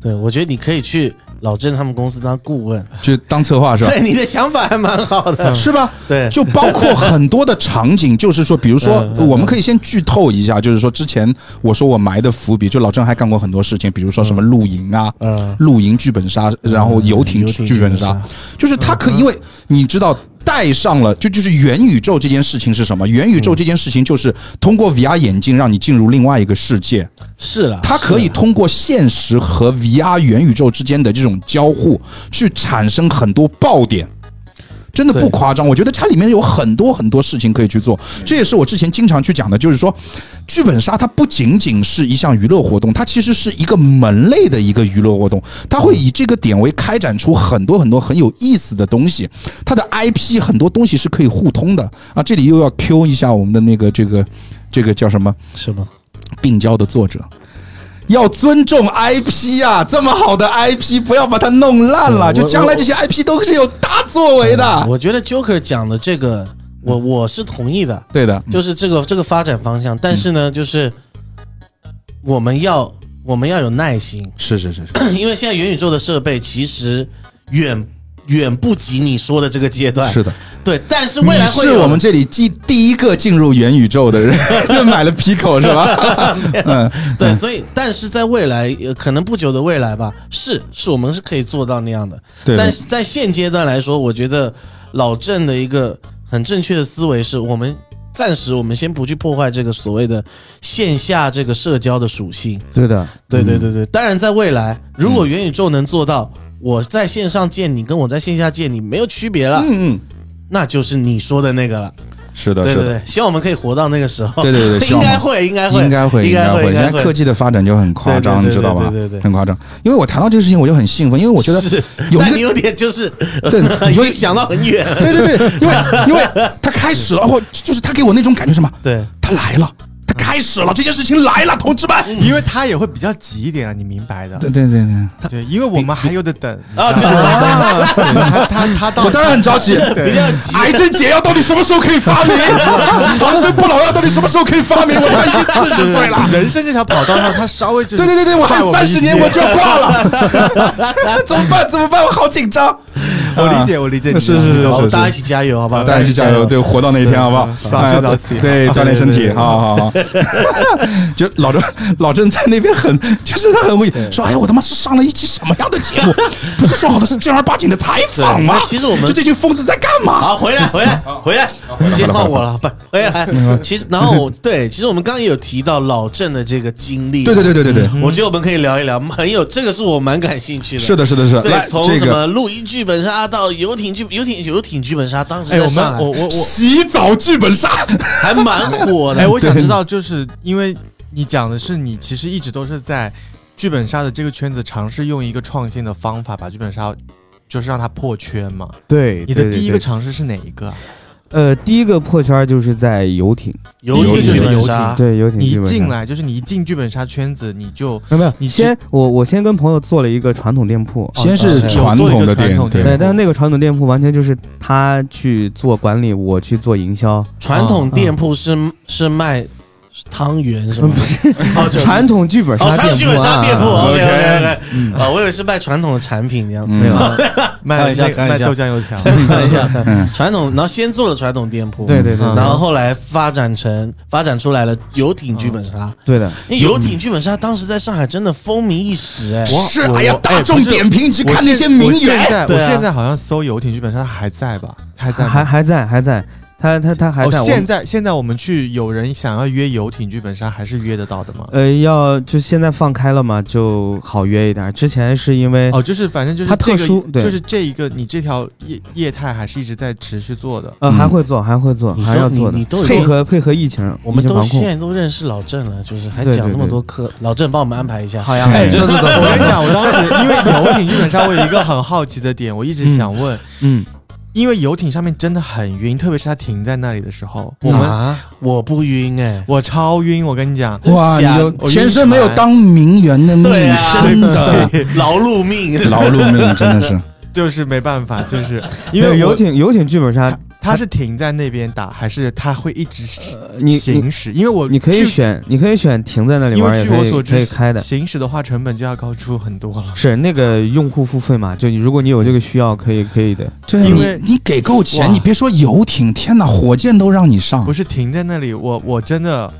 E: 对，我觉得你可以去老郑他们公司当顾问，
A: 就当策划是吧？嗯
E: 对你的想法还蛮好的。
A: 是吧？
E: 嗯对
A: 就包括很多的场景，就是说，比如说
E: 嗯，嗯
A: 我们可以先剧透一下，就是说之前我说我埋的伏笔，就老郑还干过很多事情，比如说什么露营啊，
E: 嗯，
A: 露营剧本杀，然后游艇
E: 游艇
A: 剧本
E: 剧本
A: 杀
E: 杀，
A: 就是它可以，因为你知道。带上了，就就是元宇宙这件事情是什么？元宇宙这件事情就是通过 VR 眼镜让你进入另外一个世界，
E: 是了，
A: 它可以
E: 是啦
A: 通过现实和 VR 元宇宙之间的这种交互，去产生很多爆点。真的不
E: 对
A: 夸张，我觉得它里面有很多很多事情可以去做，这也是我之前经常去讲的，就是说，剧本杀它不仅仅是一项娱乐活动，它其实是一个门类的一个娱乐活动，它会以这个点为开展出很多很多很有意思的东西，它的 IP 很多东西是可以互通的啊，这里又要 Q 一下我们的那个这个这个叫什么？
E: 是吗？
A: 病娇的作者。要尊重 IP 啊，这么好的 IP，不要把它弄烂了。
E: 嗯我哎
A: 就将来这些 IP 都是有大作为的。
E: 我觉得 Joker 讲的这个，我我是同意的，
A: 对的，
E: 就是这个这个发展方向。但是
A: 嗯
E: 呢，就是我们要我们要有耐心，
A: 是是是是，
E: 因为现在元宇宙的设备其实远远不及你说的这个阶段。
A: 是的。
E: 对，但是
A: 你
E: 未来会
A: 是
E: 有
A: 我们这里第第一个进入元宇宙的 人，就买了 Pico 是吧？
E: 对，
A: 嗯
E: 所以但是在未来，呃可能不久的未来吧，是是我们是可以做到那样的。
A: 对
E: 但是在现阶段来说，我觉得老郑的一个很正确的思维是，我们暂时我们先不去破坏这个所谓的线下这个社交的属性。
D: 对的，
E: 对对对嗯对，当然在未来，如果元宇宙能做到。我在线上见你，跟我在线下见你没有区别了，
A: 嗯嗯，
E: 那就是你说的那个了。
A: 是的，
E: 对
A: 是
E: 对
A: 的，
E: 对，希望我们可以活到那个时候。
A: 对对对对希
E: 应
A: 望
E: 该
A: 我
E: 会，哦应该会，
A: 应该会，
E: 应
A: 应该
E: 会，
A: 会。
E: 应
A: 现
E: 该
A: 在
E: 会。
A: 科技的发展就很夸张，
E: 对对对
A: 知道吧
E: 对对对对？
A: 很夸张。因为我谈到这个事情，我就很兴奋，因为我觉得
E: 是
A: 有一
E: 但
A: 个
E: 你有点就是
A: 对，
E: 已
A: 你说
E: 经想到很 远。
A: 对对对，因为因为他开始了，或就是他给我那种感觉什么？
E: 对，
A: 他来了，他开始了，这件事情来了，同志们。
C: 因为他也会比较急一点啊，你明白的。
A: 对对对对，
C: 对，因为我们还有的等
E: 啊
C: 你知道吗对他他他到
A: 我当然很着急。
C: 对
E: 比较急。
A: 癌症解药到底什么时候可以发 明？长生不老药到底什么时候可以发明？我他妈已经四十岁了。
C: 人生这条跑道上，他稍微就是
A: 对对对对，我还
C: 快们
A: 三
C: 一
A: 十年
C: 些
A: 我就要挂了， 怎么办？怎么办？我好紧张。
C: 我理解，我理解你的意思，
A: 是是是
E: 好，大家一起加油，好不好？
A: 大家一起加油，呃对，活到那一天，好不好？
C: 早睡
A: 哎
C: 早起
A: 对，锻炼身
E: 对
A: 体，
E: 对对
C: 哦
A: 好好好。就老郑， 老郑在那边很，就是他很会说，哎呀，我他妈是上了一期什么样的节目？ 不是说好的是正儿八经的采访吗？
E: 对其实我们
A: 就这群疯子在干嘛？
E: 好，回来，回来，回来，今天换我了，不，回来。其实，然后我对，其实我们刚刚也有提到老郑的这个经历，啊
A: 对对对，对对对，
E: 我觉得我们可以聊一聊，很有这个是我蛮感兴趣的。
A: 是。的，是的，是的。来
E: 对，，从
A: 这
E: 什
A: 个
E: 么录音剧本杀到游艇剧游艇游艇剧本杀，当时
C: 哎，
E: 在
C: 我
E: 上
C: 们
E: 海
C: 我我我
A: 洗澡剧本杀，
E: 还蛮火的。
C: 哎哎，我想知道，就是因为你讲的是你其实一直都是在剧本杀的这个圈子尝试用一个创新的方法把剧本杀。就是让它破圈嘛。
D: 对，
C: 你的
D: 对对
C: 第一
D: 对
C: 个尝试是哪一个啊？
D: 呃，第一个破圈就是在游艇，
E: 游
A: 游
E: 艇
A: 艇
E: 剧
C: 游
E: 本
C: 艇
E: 杀，
D: 对游艇
C: 你
D: 剧
C: 一
D: 本杀。
C: 进来就是你一进剧本杀圈子，你就
D: 没有没有，
C: 你
D: 你
C: 是
D: 先我我先跟朋友做了一个传统店铺，
A: 先
E: 哦
A: 是
E: 对
A: 传
C: 啊呃有做一
A: 统
C: 个
A: 的
C: 传
A: 店
C: 统，店
D: 对，但是那个传统店铺完全就是他去做管理，我去做营销，
E: 传统店铺是是卖汤圆什么
D: 不是
E: 哦，就
D: 传统剧本
E: 哦，
D: 杀
E: 传统
D: 店铺
E: 剧本杀
D: 啊
E: 店铺哦
D: 啊
E: ，OK OK
A: OK
E: OK，啊，我以为是卖传统的产品这样，
A: 嗯
D: 没有，
E: 开
C: 卖
E: 玩笑
C: 那
E: 开
C: 个
E: 玩
C: 卖
E: 笑
C: 豆浆油条。
E: 看一下
A: 嗯
E: 传统，然后先做了传统店铺，
D: 对对对，
C: 嗯
E: 然后后来发展成发展出来了游艇剧本杀，
C: 嗯
D: 对的，
E: 因为游艇剧本杀当时在上海真的风靡一时，哎，
A: 是，
C: 我
A: 哎呀
C: 我，
A: 大众
C: 不是
A: 点评，你去
C: 我
A: 看那些
C: 现我
A: 名
C: 现
A: 媛，
C: 在
E: 对
C: 我
E: 啊
C: 现在好像搜游艇剧本杀它还在吧？还在
D: 还
C: 吗
D: 还还在还在，他他他还
C: 哦，
D: 在，我
C: 现
D: 们
C: 在现在我们去有人想要约游艇剧本杀，还是约得到的吗？
D: 呃要就现在放开了嘛，就好约一点。之前是因为
C: 哦，就是反正就是
D: 它
C: 这
D: 特
C: 个
D: 殊对
C: 就是这一个你这条业业态还是一直在持续做的。
D: 呃
A: 嗯
D: 还会做还会做
E: 你
D: 还
E: 都
D: 要做的
E: 你你都已经
D: 配合配合疫情，
E: 我们
D: 疫情
E: 都
D: 防
E: 现
D: 控。
E: 在都认识老郑了，就是还
D: 对对
E: 讲那么
D: 对
E: 多课，老郑帮我们安排一下。
D: 好呀，
A: 哎
D: 走走走，
C: 我跟你讲，我当时 因为游艇剧本杀，我有一个很好奇的点，我一直想问，
D: 嗯，
C: 因为游艇上面真的很晕，特别是它停在那里的时候，
D: 嗯
C: 我们
E: 啊，我不晕哎，
C: 我超晕，我跟你讲，
A: 哇，你
E: 假
A: 就
C: 我晕
A: 前身没有
C: 船
A: 当名媛
C: 嗯
A: 的命，
E: 对啊
A: 真 的
E: 劳碌命，
A: 劳碌命，真的是。
C: 就是没办法，就是因
D: 因为
C: 为
D: 游
C: 我
D: 艇游艇剧本杀
C: 它，它是停在那边打，还是它会一直
D: 呃你你
C: 行驶？因为我
D: 你可以
C: 去
D: 选，你可以选停在那里
C: 因为
D: 玩儿，也
C: 据
D: 可
C: 我
D: 以
C: 所
D: 可
C: 知
D: 以开的。嗯
C: 行驶的话，成本就要高出很多了。
D: 是那个用户付费嘛？就你如果你有这个需要，可以可以的。
A: 对啊
C: 因
A: 你
C: 为，
A: 你给够
C: 哇
A: 钱，你别说游艇，天哪，火箭都让你上
C: 不。是停在那里，我我真的，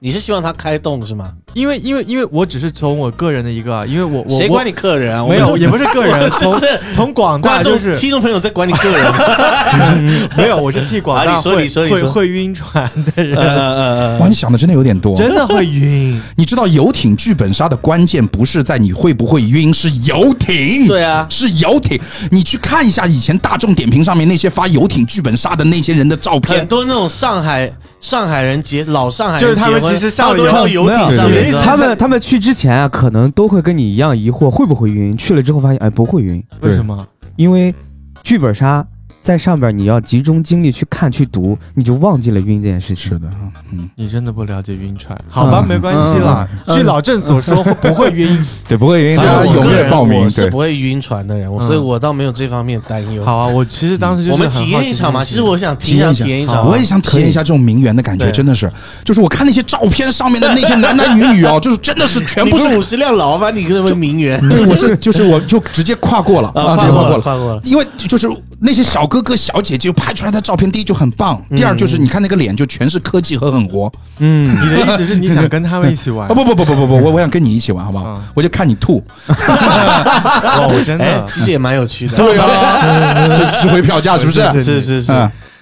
E: 你是希望他开动是吗？
C: 因为因为因为我只是从我个人的一个啊，因为我我
E: 谁管
C: 我
E: 你客人啊？我
C: 没
E: 们
C: 有，
E: 都
C: 也不是个人，
E: 我
C: 从
E: 是
C: 从广大
E: 观众
C: 就是
E: 听众朋友在管你个人。
C: 没有，我是替广
E: 啊
C: 大
E: 你说
C: 会
E: 你说你
C: 会
E: 说
C: 会晕船的
E: 呃
C: 人，
E: 呃
A: 哇，
E: 呃
A: 你想的真的有点多。
C: 真的会晕。
A: 你知道游艇剧本杀的关键不是在你会不会晕，是游艇。
E: 对啊
A: 是游艇。你去看一下以前大众点评上面那些发游艇剧本杀的那些人的照
E: 很
A: 片，
E: 多那种上海上海人结老上海人
C: 就是他们
E: 结婚
C: 其实上
E: 他们都
C: 游
E: 到游艇上
A: 没有
E: 面，你知道吗
D: 他们他们去之前啊，可能都会跟你一样疑惑，会不会晕？去了之后发现，哎，不会晕，
C: 为什么？
D: 因为剧本杀在上边，你要集中精力去看去读，你就忘记了晕这件事情。
A: 的，嗯，
C: 你真的不了解晕船？好吧，
D: 嗯
C: 没关系啦。
D: 嗯
C: 据老郑所说，会不会晕。
A: 对，不会晕
E: 反正
C: 大家
E: 我
C: 踊
E: 个
C: 跃
E: 人我是不会晕船的人，我
C: 嗯
E: 所以我倒没有这方面担忧。
C: 好啊，我其实当时就是
E: 嗯我们
C: 很
E: 体
C: 好
E: 验
C: 奇
E: 一
C: 这
E: 场嘛，
C: 件
E: 其
C: 事
E: 实我想挺想体验一场
C: 好
E: 的，
A: 我也想体验一下这种名媛的感觉，
E: 对
A: 真的是，就是我看那些照片上面的那些男男女女哦，就是真的是全部
E: 你不
A: 是
E: 五，十辆老板，你跟什么名
C: 嗯
E: 媛
A: 对，我是就是我就直接跨过了
E: 啊？
A: 直接跨
E: 过
A: 过
E: 了，
A: 了。
E: 跨过了。
A: 因为就是那些小哥哥小姐姐拍出来的照片，第一就很棒，第二
E: 嗯
A: 就是你看那个脸就全是科技和狠活
D: 嗯，
C: 你的意思是你想跟他们一起玩
A: 啊！？不不不不不不，我我想跟你一起玩，好不好
C: 嗯？
A: 我就看你吐，
C: 哇，哦我真
E: 哎
C: 的，
E: 其实也蛮有趣 的，
A: 啊，就值回票价是不是？
C: 对
E: 是是是。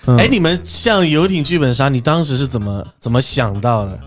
A: 嗯，
E: 哎，你们像游艇剧本杀，你当时是怎么怎么想到的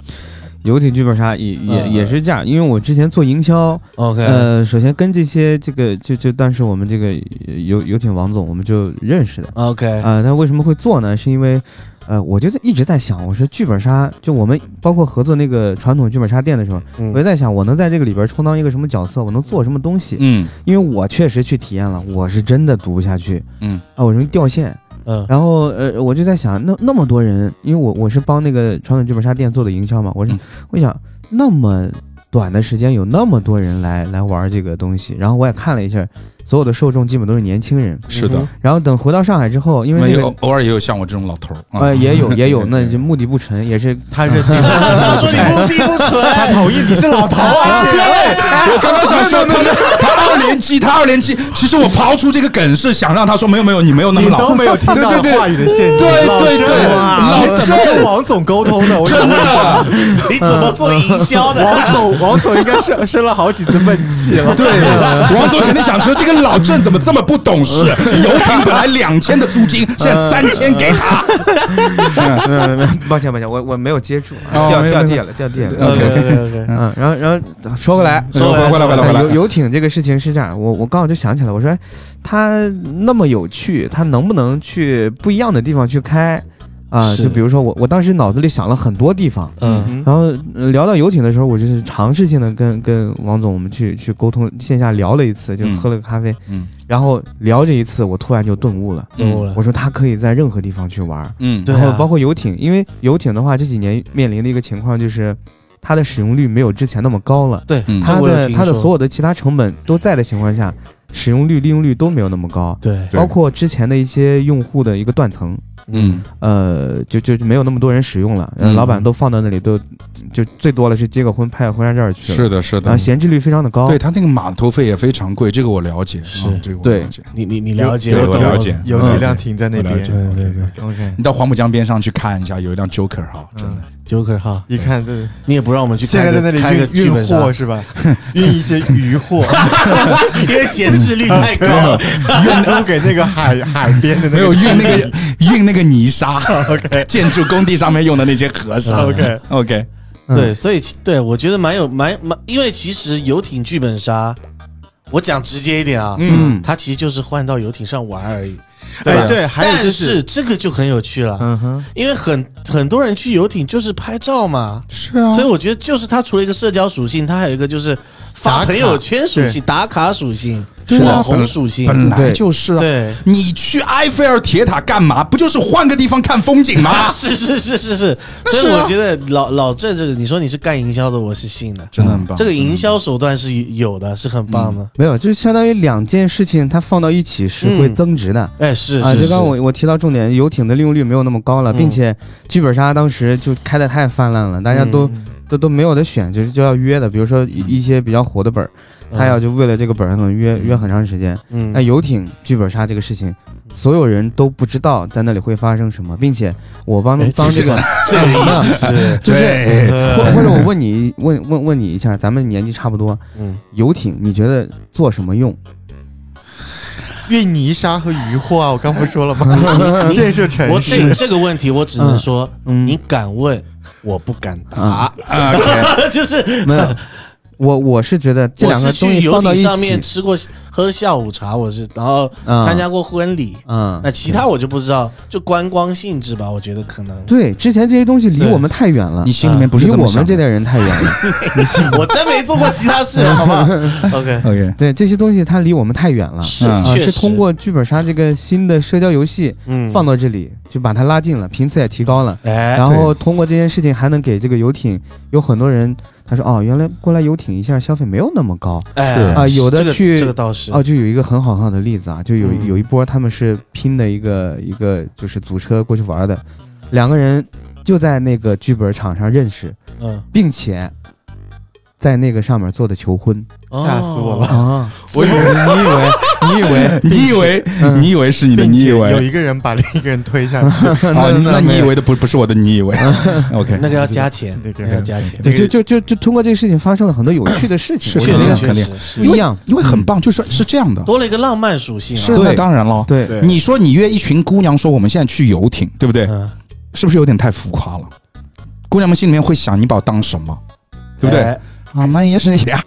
D: 游艇剧本杀也也
E: 嗯
D: 也是这样，因为我之前做营销，
E: ？OK，
C: 嗯
D: 呃，首先跟这些这个就就当时我们这个呃游游艇王总我们就认识的，
A: 哎
E: OK，嗯
D: 啊，那为什么会做呢？是因为，呃，我就在一直在想，我说剧本杀，就我们包括合作那个传统剧本杀店的时候，我就
E: 嗯
D: 在想，我能在这个里边充当一个什么角色，我能做什么东西？
A: 嗯
D: 因为我确实去体验了，我是真的读不下去
A: 嗯
D: 啊，我容易掉线。
E: 嗯
D: 然后，呃，我就在想，那那么多人，因为我我是帮那个传统剧本杀店做的营销嘛，我是、
A: 嗯
D: 我想那么。短的时间有那么多人来来玩这个东西，然后我也看了一下，所有的受众基本都是年轻人。
A: 是的，
D: 然后等回到上海之后，因为那
A: 没
D: 个
A: 有偶尔也有像我这种老头儿啊
D: 呃，也有 也有，那就目的不纯，也是
C: 他认识你，
E: 他说你目的不
C: 他
E: 纯，
C: 同意你是老 头啊，
A: 对，我刚刚想说他他二连击，他二连击。其实我抛出这个梗是想让他说没有没有，你没有那
C: 你
A: 么
C: 都
A: 老，
C: 没有听到
A: 对对对
C: 话语的限制，
A: 对
C: 老
A: 对
C: 郑
A: 对
C: 啊
A: 老
C: 你怎么
A: 郑
C: 跟王总沟通的？我
A: 真的。
E: 你怎么做营销的？
C: 王总，王总应该生生了好几次闷气 了。
A: 对，王总肯定想说这个老郑怎么这么不懂事？游艇本来两千的租金，现在三千给他。
D: 没有没有没有，抱歉抱歉，我我没有接住，
A: 哦
D: 掉
A: 没有
D: 掉
A: 没有
D: 地了掉地了。
A: OK
E: OK，
D: 嗯，然后然后说回来，
E: 说回来
A: 回来回来回
D: 游
A: 来，
D: 游艇这个事情是这样，我我刚好就想起来，我说哎它那么有趣，它能不能去不一样的地方去开？啊，
E: 是
D: 就比如说我我当时脑子里想了很多地方，
F: 嗯
D: 然后呃聊到游艇的时候，我就是尝试性的跟跟王总我们去去沟通，线下聊了一次，就
F: 嗯
D: 喝了个咖啡，
F: 嗯
D: 然后聊这一次，我突然就顿悟了，
E: 顿悟了
D: 我说他可以在任何地方去玩，
F: 嗯
E: 对啊
D: 然后包括游艇，因为游艇的话这几年面临的一个情况就是，它的使用率没有之前那么高了，
E: 对
F: 嗯，
E: 这
D: 它
E: 我有
D: 的
E: 听
D: 它的
E: 说
D: 所有的其他成本都在的情况下，使用率、利用率都没有那么高，
E: 对
B: 对
D: 包括之前的一些用户的一个断层，
F: 嗯
D: 呃，就就就没有那么多人使用了，呃
F: 嗯
D: 老板都放到那里都，就最多了是结个婚拍个婚纱照去了，
F: 是的，是
D: 然
F: 的
D: 后，闲置率非常的高，
A: 对他那个码头费也非常贵，这个我了解，
E: 是
A: 啊这个我
D: 对
A: 了解。
E: 你你你了解
A: 对
E: 我
A: 我
E: 懂
A: 了解
C: 有
D: 嗯
C: 几辆停在那
A: 我了解
C: 边。
E: 对对对
C: OK，
A: 你到黄浦江边上去看一下，有一辆 Joker 哈，真的
C: 嗯，
E: ，Joker 哈，
C: 一看这
E: 你也不让我们去
C: 现
E: 开
C: 在
E: 个
C: 在那
E: 开个
C: 里
E: 剧
C: 运运
E: 本杀，
C: 货是吧？运一些鱼货，
E: 因为闲置率太高了。
C: 运租给那个海海边的那个
A: 没有运那个 运那个泥沙，OK，建筑工地上面用的那些河沙
C: OK
A: ，OK，
D: 嗯
E: 对，所以其对我觉得蛮有蛮蛮，因为其实游艇剧本杀，我讲直接一点啊，
A: 嗯
E: 它其实就是换到游艇上玩而已。
C: 哎
E: 吧
C: 对还有就
E: 但
C: 是
E: 是这个就很有趣了，
C: 嗯哼，
E: 因为很很多人去游艇就是拍照嘛，
A: 是啊
E: 所以我觉得就是它除了一个社交属性，它还有一个就是
C: 打
E: 发
C: 卡
E: 朋友圈属性、打卡属性、
A: 对啊
E: 网红属性，
A: 本来
D: 对
A: 就是啊。
E: 对。
A: 你去埃菲尔铁塔干嘛？不就是换个地方看风景
E: 啊，
A: 吗？
E: 是是是是是，所以
A: 是啊
E: 我觉得老老郑这个，你说你是干营销的，我是信的，
A: 真的很棒嗯
E: 这个营销手段是有的，是很棒的。
D: 没有，就是相当于两件事情它放到一起是会
E: 嗯
D: 增值的。
E: 哎，是
D: 啊，
E: 是
D: 就是刚刚我我提到重点，游艇的利用率没有那么高了，
E: 嗯
D: 并且剧本杀当时就开的太泛滥了，大家
E: 嗯
D: 都、都都没有得选，就是就要约的。比如说一一些比较火的本儿，他要就哎为了这个本儿可能约约很长时间。
E: 嗯
D: 那游艇剧本杀这个事情，所有人都不知道在那里会发生什么，并且我帮
E: 哎
D: 帮
E: 这
D: 这
E: 个
D: 个
E: 这个意 思是，
D: 就是。
A: 对，
D: 或或者我问你问问问你一下，咱们年纪差不多，
E: 嗯，
D: 游艇你觉得做什么用？
C: 运泥沙和鱼货啊，我刚不说了吗？建设城
E: 我这
C: 市，
E: 这个问题我只能说，
D: 嗯，
E: 你敢问，我不敢
D: 啊
E: 答。就是
D: 没 有，我我是觉得这
E: 我
D: 两个
E: 是
D: 东
E: 去
D: 西
E: 游
D: 放到
E: 艇
D: 一
E: 上面
D: 起，
E: 吃过喝下午茶，我是然后
D: 啊
E: 参加过婚礼，
D: 嗯，
E: 那其他我就不知道，就观光性质吧，我觉得可能。
D: 对之前这些东西离
E: 对
D: 我们太远了
A: 你，心里面不是
D: 离
A: 这么
D: 啊我
A: 想
D: 们这
A: 的。
D: 代人太远 了。
E: 我真没做过其他事，好吧？OK，
A: OK，
D: 对这些东西它离我们太远了，
E: 是
A: 啊
D: 啊，
E: 确实
D: 是通过剧本杀这个新的社交游戏
E: 嗯
D: 放到这里，就把它拉近了，频次也提高了。
E: 哎
D: 然后通过这件事情，还能给这个游艇有很多人，他说哦，原来过来游艇一下消费没有那么高
E: 哎
D: 啊有的
E: 这个
D: 去
E: 这个倒是
D: 哦，就有一个很好很好的例子啊，就有
E: 嗯
D: 有一波他们是拼的一个一个就是组车过去玩的，两个人就在那个剧本场上认识，
E: 嗯，
D: 并且在那个上面做的求婚
C: 吓死我了
E: 哦
D: 啊！
C: 我以 为
D: 你以为
A: 你以为
D: 嗯
A: 你以为是你的，
C: 并
A: 你以
C: 且有
A: 为
C: 一个人把另一个人推下去，
A: 啊？那你以为的不不是我的，你以为？OK，
E: 那个要加钱，
C: 那
E: 那
C: 个
E: 个要加钱，
D: 对就就就就通过这个事情发生了很多有趣的事情，
A: 是
D: 我
E: 确
D: 觉
A: 肯定
E: 实
D: 得
E: 确
A: 肯定
E: 实是
D: 不一样，
A: 因为很棒，就是是这样的，
E: 多了一个浪漫属性啊。
A: 是
D: 对
A: 那当然了。
D: 对
F: 对
A: 你说你约一群姑娘说我们现在去游艇，对不对？
E: 嗯，
A: 是不是有点太浮夸了？姑娘们心里面会想，你把我当什么，对不对？
E: 哎？
A: 俺们也是俩。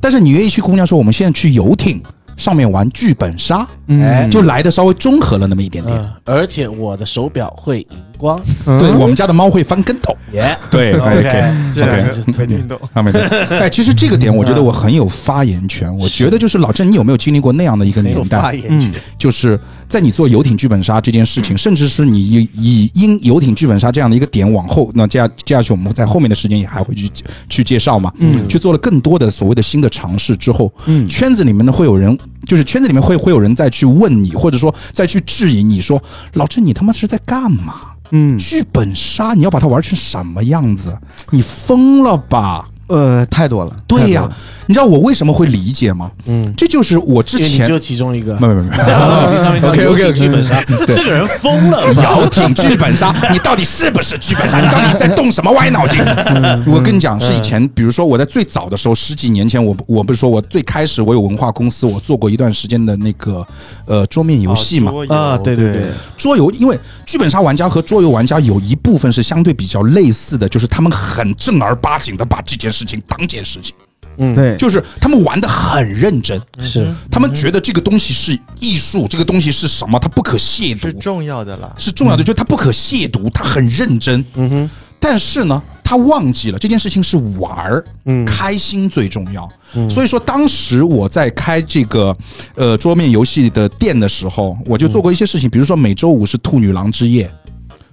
A: 但是你约一群姑娘说，我们现在去游艇上面玩剧本杀，
D: 嗯，
A: 就来的稍微综合了那么一点点。
E: 嗯，而且我的手表会荧光，
D: 嗯
A: 对，我们家的猫会翻跟头。
E: 耶
A: 对
E: ，OK，嗯
C: 这两
E: 这
A: 对
E: 这
C: 个没听懂。
A: 上面的。哎，其实这个点我觉得我很有发言权。我觉得就是老郑，你有没有经历过那样的一个
E: 没有
A: 年代嗯
E: 发？言权，
A: 就是在你做游艇剧本杀这件事情，甚至是你以以因游艇剧本杀这样的一个点往后，那接下接下去我们在后面的时间也还会去去介绍嘛，
D: 嗯
A: 去做了更多的所谓的新的尝试之后，
D: 嗯
A: 圈子里面呢会有人，就是圈子里面会会有人再去问你，或者说再去质疑你说老郑你他妈是在干嘛？
D: 嗯
A: 剧本杀你要把它玩成什么样子？你疯了吧？
D: 呃太多了，
A: 对呀、
D: 太多了
A: 你知道我为什么会理解吗？
E: 嗯，
A: 这就是我之
E: 因为你
A: 前
E: 就其中一个，
A: 没没没没。
E: 在老板 上面看
A: OK，OK，OK 嗯
E: 游艇剧本杀，
A: 对
E: 这个人疯 了吧？
A: 游艇剧本杀，你到底是不是剧本杀？你到底在动什么歪脑筋？ 我跟你讲，是以前，比如说我在最早的时候，十几年前，我我不是说我最开始我有文化公司，我做过一段时间的那个呃桌面游戏嘛，
C: 哦桌游
E: 啊，对对对，
A: 桌游，因为剧本杀玩家和桌游玩家有一部分是相对比较类似的，就是他们很正儿八经的把这件事情当件事情。
E: 嗯，
D: 对，
A: 就是他们玩的很认真，
E: 是
A: 他们觉得这个东西是艺术，这个东西是什么，它不可亵
C: 是
A: 渎，
C: 重要的啦。
A: 是重要的，就是它不可亵渎，它很认真。
E: 嗯哼，
A: 但是呢，他忘记了这件事情是玩儿，
E: 嗯
A: 开心最重要。所以说，当时我在开这个呃桌面游戏的店的时候，我就做过一些事
E: 嗯
A: 情，比如说每周五是兔女郎之夜，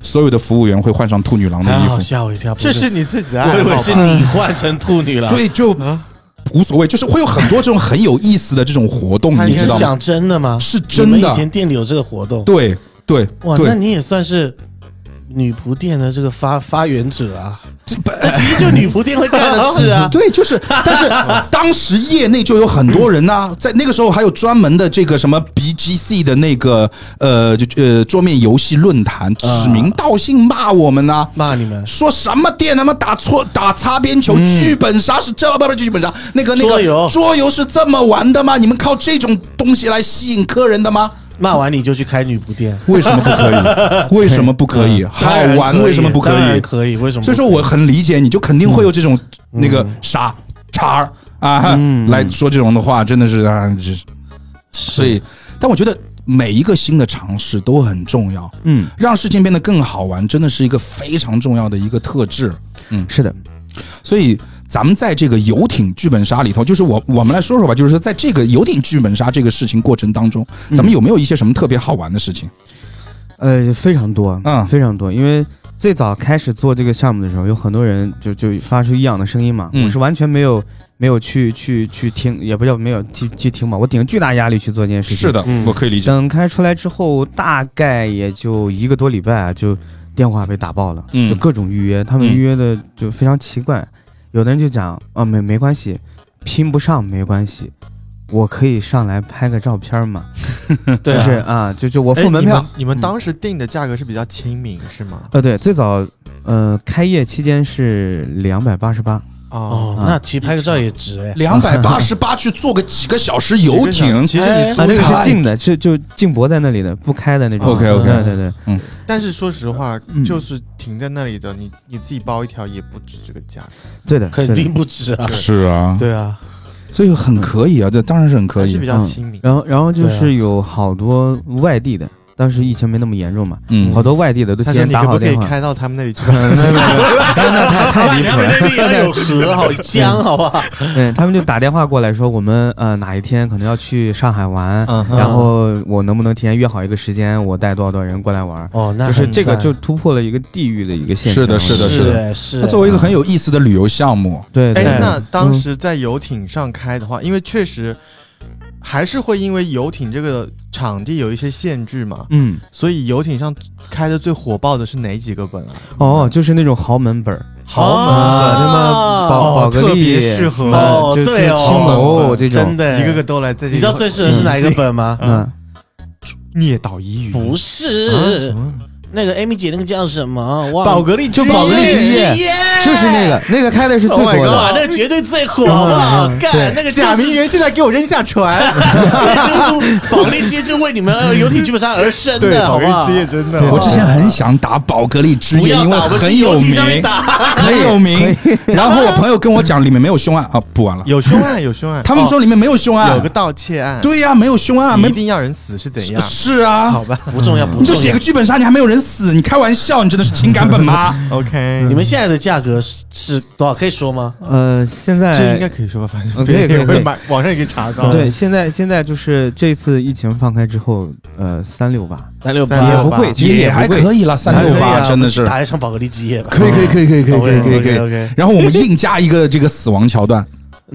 A: 所有的服务员会换上兔女郎的
E: 还好
A: 衣服，
E: 吓我一跳，不
C: 这是你自己的
E: 我
C: 爱
E: 以为
C: 好
E: 是
C: 吧？
E: 你换成兔女了，
A: 所以就
E: 啊
A: 无所谓，就是会有很多这种很有意思的这种活动，
C: 他
A: 你
E: 你
A: 知
E: 是
A: 道吗？
E: 讲真的吗？
A: 是真
E: 你们以
A: 的
E: 前，店里有这个活动，
A: 对对
E: 哇，那
A: 对，
E: 你也算是女仆店的这个发发源者 啊，
A: 这。
E: 这其实就女仆店会干的事啊
A: 对，就是，但是当时业内就有很多人呐、在那个时候还有专门的这个什么 BGC 的那个呃就呃桌面游戏论坛，指名道姓骂我们呐、
E: 骂你们
A: 说什么店他妈打错打擦边球，剧本杀是这不不剧本杀，那个那个
E: 桌游
A: 桌游是这么玩的吗？你们靠这种东西来吸引客人的吗？
E: 骂完你就去开女仆店，
A: 为什么不可 以？为什么不可以？好
E: 嗯当然可
A: 玩
E: 以
A: 为什么不可
E: 当然
A: 以？
E: 可以，为什么不可以？
A: 所以说我很理解你，就肯定会有这种、那个傻叉儿啊、来说这种的话，真的是啊，就是所以，但我觉得每一个新的尝试都很重要，
D: 嗯，
A: 让事情变得更好玩，真的是一个非常重要的一个特质。
D: 是的，
A: 所以咱们在这个游艇剧本杀里头，就是我我们来说说吧，就是说在这个游艇剧本杀这个事情过程当中，咱们有没有一些嗯什么特别好玩的事情？
D: 呃，非常多，
A: 嗯
D: 非常多，因为最早开始做这个项目的时候，有很多人就就发出异样的声音嘛，
A: 嗯
D: 我是完全没有没有去去去听，也不叫没有去去听吧，我顶着巨大压力去做这件事情。
A: 是，的，
E: 嗯
A: 我可以理解。
D: 等开出来之后，大概也就一个多礼拜啊，就电话被打爆了，
A: 嗯
D: 就各种预约，他们
A: 嗯
D: 预约的就非常奇怪，有的人就讲啊没没关系，拼不上没关系。我可以上来拍个照片嘛？
E: 对啊
D: 就是啊，就就我
C: 我
D: 付门
C: 哎
D: 票，
C: 你们你们
D: 嗯
C: 当时定的价格是比较亲民是吗？
D: 呃，对，最早呃开业期间是两百八十八，
C: 哦，
E: 哦，那其实拍个照也值哎。
A: 两百八十八去坐个几个小时游艇，
C: 其实你
E: 哎
D: 啊，
C: 租
D: 那个
C: 它
D: 是进的，是就进博在那里的，不开的那种。
A: OK，OK
D: 对对对，
C: 但是说实话
D: 嗯，
C: 就是停在那里的，你你自己包一条也不止这个价格。
D: 对的，
E: 肯
D: 对的
E: 定。不止啊！
A: 是啊，
E: 对啊，
A: 所以很可以啊，这当然是很可
C: 还是比
A: 以。
C: 较亲民。
D: 然后然后就
E: 对
D: 是有好多外地的，当时疫情没那么严重嘛，
A: 嗯
D: 好多外地的都提
C: 他说
D: 前
C: 你
D: 打
C: 可不
D: 好
C: 可以
D: 电话。
C: 开到他们那里去？
D: 太太离谱了。
E: 哎那 边 要有河，好江，好不好？
D: 嗯，他们就打电话过来说，我们呃哪一天可能要去上海玩，
C: 嗯
D: 然后我能不能提前约好一个时间，我带多少多少人过来玩？
E: 哦，那
D: 就是
E: 很
D: 这个
E: 赞
D: 就突破了一个地域的一个限制。
A: 是的是的
E: 是
A: 是的
E: 哎是
A: 它
E: 哎
A: 作为一个很有意思的旅游项目，
D: 对。对
C: 哎，
D: 对
C: 那当
D: 嗯
C: 时在游艇上开的话，因为确实还是会因为游艇这个场地有一些限制嘛，
D: 嗯，
C: 所以游艇上开的最火爆的是哪几个本啊？
D: 哦，就是那种豪门本儿，
C: 豪门
D: 啊，
E: 啊
D: 什么宝宝
C: 哦
D: 格
C: 特
D: 丽，
C: 别适合
D: 呃
E: 哦
D: 就就
E: 对哦
D: 青楼这
E: 真
D: 种，
E: 的哎
C: 一个个都来在这里。
E: 你知道最适合是哪一个本吗？
D: 嗯，
C: 聂导疑云？
E: 不
D: 啊
E: 是
D: 什么
E: 那个 Amy 姐，那个叫什么？忘了
C: 宝格丽之
D: 就宝格丽之夜
E: 之夜
D: 就是那个，那个开的是最
C: Oh my
D: 多的
E: 哇，那个绝对最火，好不好？
D: 嗯
E: 干
D: 对
E: 那个
C: 贾明
E: 元，
C: 媛现在给我扔下船。
E: 就是保利街就为你们游艇剧本杀而生
C: 对，
E: 的，好
C: 宝
E: 不
C: 格丽
E: 好
C: 之？夜真的，
A: 我之前很想打宝格丽之
E: 不
A: 夜，
E: 要
A: 因为
E: 打，我们
A: 很
E: 去游
A: 有
E: 艇上
A: 名
E: 面，打。
A: 很有 名。然后我朋友跟我讲，里面没有凶案啊，不玩了。
C: 有凶案，有凶案。
A: 他们说里面没有凶
C: 哦
A: 案
C: 有个，盗窃案，，
A: 对呀，没有凶案，
C: 一
A: 没
C: 定要人死啊 是怎样？
A: 是啊
C: 好，吧
E: 不重要，不
A: 你就
E: 重
A: 写
E: 要
A: 个。剧本杀，你还没有人死，你开玩笑，你真的是情感本 吗？
C: ，OK，
E: 你们现在的价格是是多少？可以说吗？
D: 呃，现
C: 这应
D: 在
C: 该可以说吧，反正
D: 嗯可以
C: 别人
D: 可以
C: 也
D: 可
C: 会
D: 以
C: 买，网上也可以查到。
D: 对，现在现在就是这次疫情放开之后，呃，三六吧，
E: 三六
C: 三
D: 也
C: 六
E: 八
D: 不
C: 八
D: 贵，其实也
A: 还
D: 不贵
A: 可以了，三六
E: 可以
A: 八
E: 啊
A: 真的是
E: 打一场宝格丽之夜吧，
A: 可以，可以，可以，可以，可以，可以，可以，可以。
E: OK，
A: 然后我们硬加一个这个死亡桥段，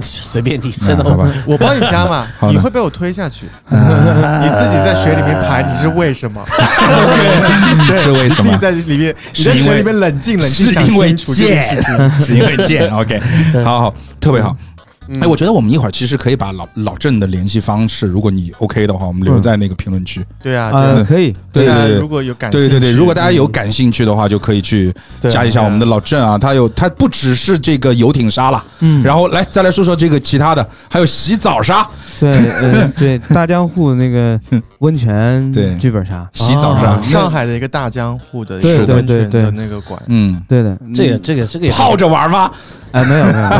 E: 随便你，真的
A: 好吧？
C: 我帮你加嘛
A: 好，的
C: 你会被我推下去，你自己在水里面排，你是为什么？对
A: 是为什么
C: 你自己在里面，你
A: 是因为
C: 在水里面冷静冷静，
A: 是
C: 想
A: 因为
C: 清楚这件事情。
A: 是因为贱。OK，好好，特别好。
C: 嗯
A: 哎，我觉得我们一会儿其实可以把老老郑的联系方式，如果你 OK 的话，我们留在那个评论区。
C: 对啊，对啊
D: 呃，可以，
A: 对
C: 大
A: 对
C: 家
A: 对
C: 如果有感兴
A: 对
C: 趣，
A: 对对，如果大家有感兴趣的话，就可以去加一下我们的老郑啊。他有他不只是这个游艇杀了，
D: 嗯，
A: 然后来再来说说这个其他的，还有洗澡杀、
D: 对，呃，对，大江户那个温泉
A: 对
D: 剧本杀，
A: 洗澡
C: 啊
A: 杀，
C: 上海的一个大江户的一
D: 对
C: 个
D: 对
C: 温
D: 对
C: 泉
D: 对
C: 的那个馆，
A: 嗯，
D: 对的，
E: 这个这个这个也
A: 泡着玩吗？
D: 哎，没有没有没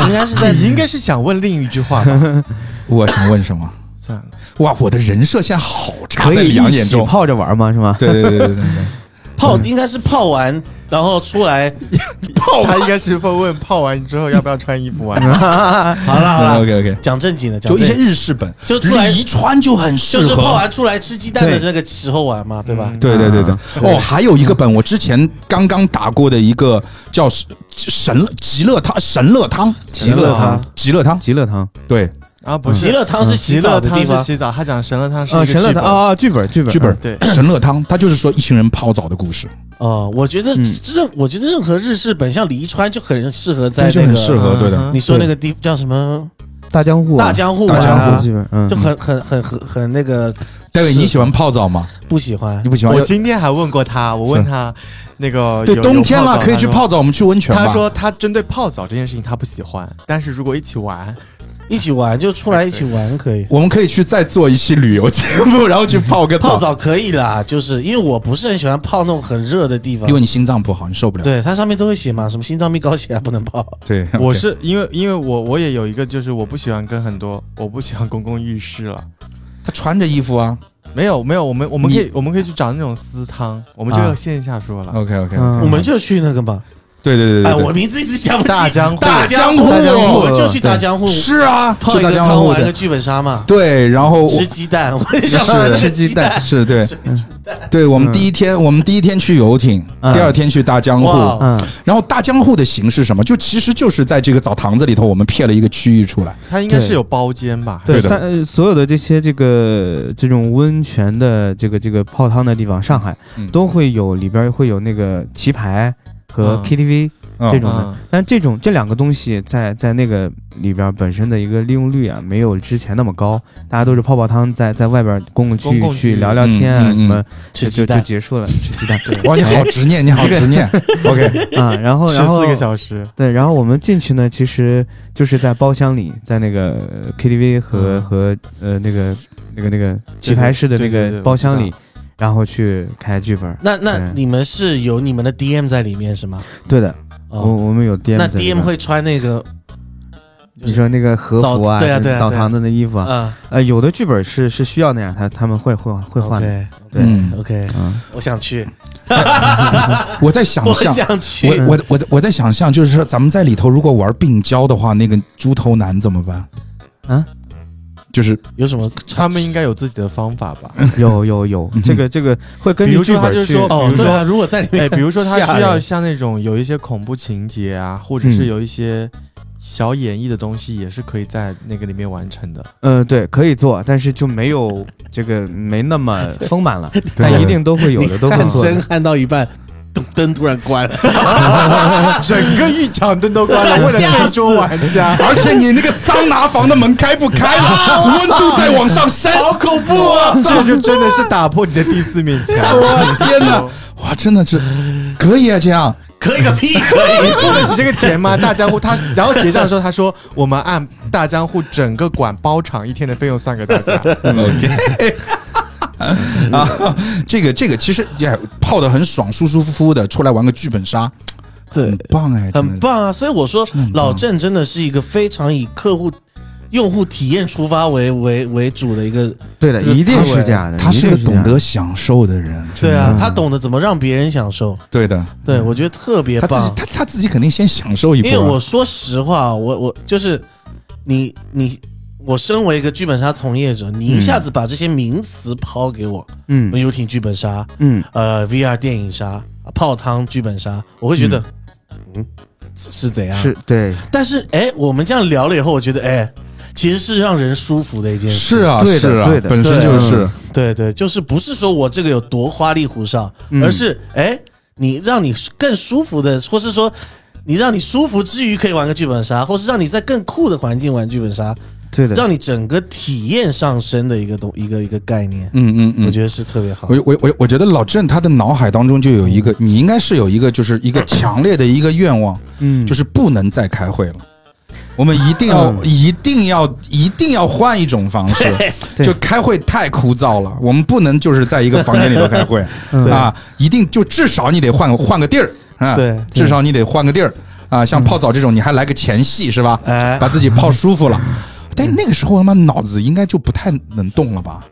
D: 有，
C: 应该是在，啊你应该是想问另一句话吧？
A: 我想问什么？
C: 算了，
A: 哇，我的人设现在好差，
D: 可
A: 在
D: 以
A: 李阳
D: 一
A: 眼
D: 起
A: 中，
D: 泡着玩嘛，是吗？
A: 对对对对对对
E: 泡应该是泡完，然后出来
A: 哦
E: 泡
C: 他应该是会问泡完之后要不要穿衣服玩。
E: 好了好 了，
A: ，OK OK，
E: 讲正经的，讲
A: 就一
E: 正
A: 些
E: 经
A: 日式本，
E: 就出来
A: 一穿就很适合。
E: 就是泡完出来吃鸡蛋的那个时候玩嘛，对吧？
A: 对对对对
D: 啊，
A: 哦，还有一个本我之前刚刚打过的一个叫神神极乐汤，神乐汤，
E: 极乐汤，
A: 极乐汤，
D: 极乐汤，
A: 对，
C: 啊，不
E: 极
C: 是，
E: 乐汤是嗯洗
C: 极
E: 澡
C: 乐
E: 的地
C: 汤是
E: 方，
C: 洗澡，他讲哦神乐汤是一
D: 啊，
C: 个
D: 神乐
C: 剧
D: 汤
C: 本
D: 啊，啊剧本剧本
A: 剧本
C: 对
A: 神乐汤，它就是说一群人泡澡的故事，
E: 哦，我觉得
D: 嗯
E: 任我觉得任何日式本像李一川就很适合在
A: 对就
E: 那
A: 很适
E: 个啊
A: 合，对的。
C: 嗯
E: 你说那个地叫什么
D: 大江户啊，
E: 大江户
A: 大江
E: 啊
A: 户
D: 剧本，嗯，
E: 就很很很很很那个
A: 戴维，
E: 是
A: 你喜欢泡澡吗？
E: 不喜欢
A: 你不喜欢
C: 我？今天还问过他，我问他那个
A: 对，
C: 有
A: 冬天
C: 有
A: 了
C: 澡
A: 可以去
C: 吗
A: 泡澡，我们去温泉吧。
C: 他说他针对泡澡这件事情他不喜欢，但是如果一起玩，
E: 一起玩就出来一起玩可以。
A: 我们可以去再做一期旅游节目，然后去泡个
E: 嗯泡，澡可以啦，就是因为我不是很喜欢泡那种很热的地方
A: 因，为你心脏不好，你受不了。
E: 对它上面都会写嘛，什么心脏病、高血压不能泡。
A: 对，
C: 我
A: OK
C: 是因为因为我我也有一个就是我不喜欢跟很多我不喜欢公共浴室了。
A: 他穿着衣服啊。
C: 没有没有，我们我们
A: 你哦
C: 可以我们可以去找那种私汤，我们就
D: 啊
C: 要线下说了。
A: OK OK，
D: 嗯
E: 我们就去那个嘛，
A: 对对对
E: 哎，
A: 对
E: 我
A: 对，
E: 名字一直想不起。
C: 大江户
E: 大江
A: 大江户
E: 我们就去大江户
A: 是啊，
E: 泡
A: 就
E: 一
A: 大
E: 个
A: 江
E: 汤，
A: 户
E: 玩个
A: 的。
E: 剧本杀嘛，
A: 对，然后
E: 吃鸡蛋， 我也想玩那
A: 是
E: 个
D: 吃鸡
E: 鸡
D: 蛋
E: 蛋。
A: 是对
E: 是，
A: 对我们
D: 嗯
A: 第一天，我们第一天去游艇，
D: 嗯
A: 第二天去大江户
E: 哇，哦
D: 嗯，
A: 然后大江户的形式是什么？就其实就是在这个澡堂子里头，我们骗了一个区域出来。
C: 它应该
D: 对
C: 是有包间吧？
D: 对
A: 对的
D: 但呃所有的这些这个这种温泉的这个这个泡汤的地方，上海
A: 嗯
D: 都会有里边会有那个棋牌和
C: 嗯
D: KTV
A: 嗯
D: 这种的
C: 嗯，
D: 但这种这两个东西在在那个里边本身的一个利用率啊，没有之前那么高，大家都是泡泡汤，在在外边公共区
C: 公
D: 域
C: 共区域
D: 去聊聊天啊
A: 嗯嗯嗯
D: 什么，
E: 吃
D: 就
E: 鸡
D: 就就
E: 蛋，
D: 结束了，吃鸡 蛋哎
A: 哇，你好执念，你好执念。OK，
D: 啊，然后
C: 十
D: 然后
C: 四个小时，
D: 对，然后我们进去呢，其实就是在包厢里，在那个呃 KTV 和、
C: 嗯
D: 和呃那个那个那个棋
C: 对
D: 牌室的
C: 对
D: 那
C: 对
D: 个
C: 对
D: 包
C: 我知
D: 厢
C: 道
D: 里，然后去开剧本。
E: 那那
D: 对
E: 你们是有你们的 DM 在里面是吗？
D: 对的，我
E: 哦，
D: 我们有 DM，
E: 那
D: 在里
E: DM
D: 边
E: 会穿那个，就
D: 你
E: 是
D: 说那个和
E: 澡
D: 服啊，
E: 对啊
D: 就是
E: 对啊
D: 澡
E: 对啊
D: 堂子的衣服啊，
E: 嗯
D: 呃，有的剧本是是需要那样，他他们会会会换的。
E: ，OK
D: 对，
A: 嗯，
E: OK，
D: 嗯，
E: 我想去，
A: 啊我在想
E: 我
A: 象，
E: 想去，
A: 我我我在我在想象，就是说咱们在里头如果玩病娇的话，那个猪头男怎么办？
D: 啊，
A: 就是
E: 有什么
C: 他们应该有自己的方法 吧？
D: 有 有有，这个这个会根
C: 比
D: 据
C: 如
D: 剧
C: 说他
D: 本
C: 就是
D: 去。
C: 说
E: 哦，对啊，如果在里面，
C: 哎，比如说他
E: 吓
C: 需要
E: 人
C: 像那种有一些恐怖情节啊，或者
D: 嗯
C: 是有一些小演绎的东西，也是可以在那个里面 完成的。
D: 嗯、对，可以做，但是就没有这个没那么丰满 了，但
A: 对。
D: 一定都会有的，都会
E: 汗
D: 做的。
E: 蒸汗到一半，灯灯突然关了，
C: 整个浴场灯都关了，为了
E: 吓
C: 这
E: 死
C: 桌玩家
A: 而且你那个桑拿房的门开不 开
E: 啊
A: 了，温度在往上升，好恐怖啊！
C: 这就真的是打破你的第四面墙！
A: 我天哪，哇，真的是可以啊，这样
E: 可以个屁，可以。
C: 你付得起这个钱吗？大江户他，然后结账的时候他说，我们按大江户整个馆包场一天的费用算 给大家。
A: OK。啊，这个这个其实也泡的很爽，舒舒服服的，出来玩个剧本杀，
E: 对
A: 很棒哎，真的
E: 很。棒啊！所以我说
A: 的很，棒
E: 老郑真的是一个非常以客户、用户体验出发为为为主的一个，
D: 对的，
E: 这个
D: 一定
E: 思
D: 是
E: 维啊
D: 这样的。
A: 他
D: 一
A: 是
D: 定
A: 个
D: 这
A: 懂
D: 样
A: 得享受的人，
E: 对
A: 真的
E: 啊，他懂得怎么让别人享受，
A: 对的，
E: 对我觉得特别
A: 他自己
E: 棒。
A: 他他自己肯定先享受一波
E: 因
A: 啊。
E: 为我说实话，我我就是你你。我身为一个剧本杀从业者，你一下子把这些名词抛给我，
D: 嗯
E: 游艇剧本杀，
D: 嗯，
E: 呃，VR 电影杀，泡汤剧本杀，我会觉得，嗯，是是怎样？
D: 是对，
E: 但是哎，我们这样聊了以后，我觉得哎，其实是让人舒服的一件事。
A: 是啊，
D: 对的
A: 是啊
D: 对，的
A: 本身
E: 对
A: 就是
E: 对对，就是不是说我这个有多花里胡哨，
D: 嗯
E: 而是哎，你让你更舒服的，或是说你让你舒服之余可以玩个剧本杀，或是让你在更酷的环境玩剧本杀，
D: 对的。
E: 让你整个体验上升的一个东一个一个概念，
A: 嗯嗯嗯，
E: 我觉得是特别好。
A: 我我我我觉得老郑他的脑海当中就有一个，你应该是有一个，就是一个强烈的一个愿望，
D: 嗯，
A: 就是不能再开会了。我们一定要、
D: 嗯
A: 一定要、一定要换一种方式，
D: 对
A: 就开会太枯燥了。我们不能就是在一个房间里头开会
D: 嗯
A: 啊，一定就至少你得换换个地儿啊，
E: 对
A: 至少你得换个地儿。啊，像泡澡这种，你还来个前戏是吧？
E: 哎，
A: 把自己泡舒服了。但那个时候他妈脑子应该就不太能动了吧？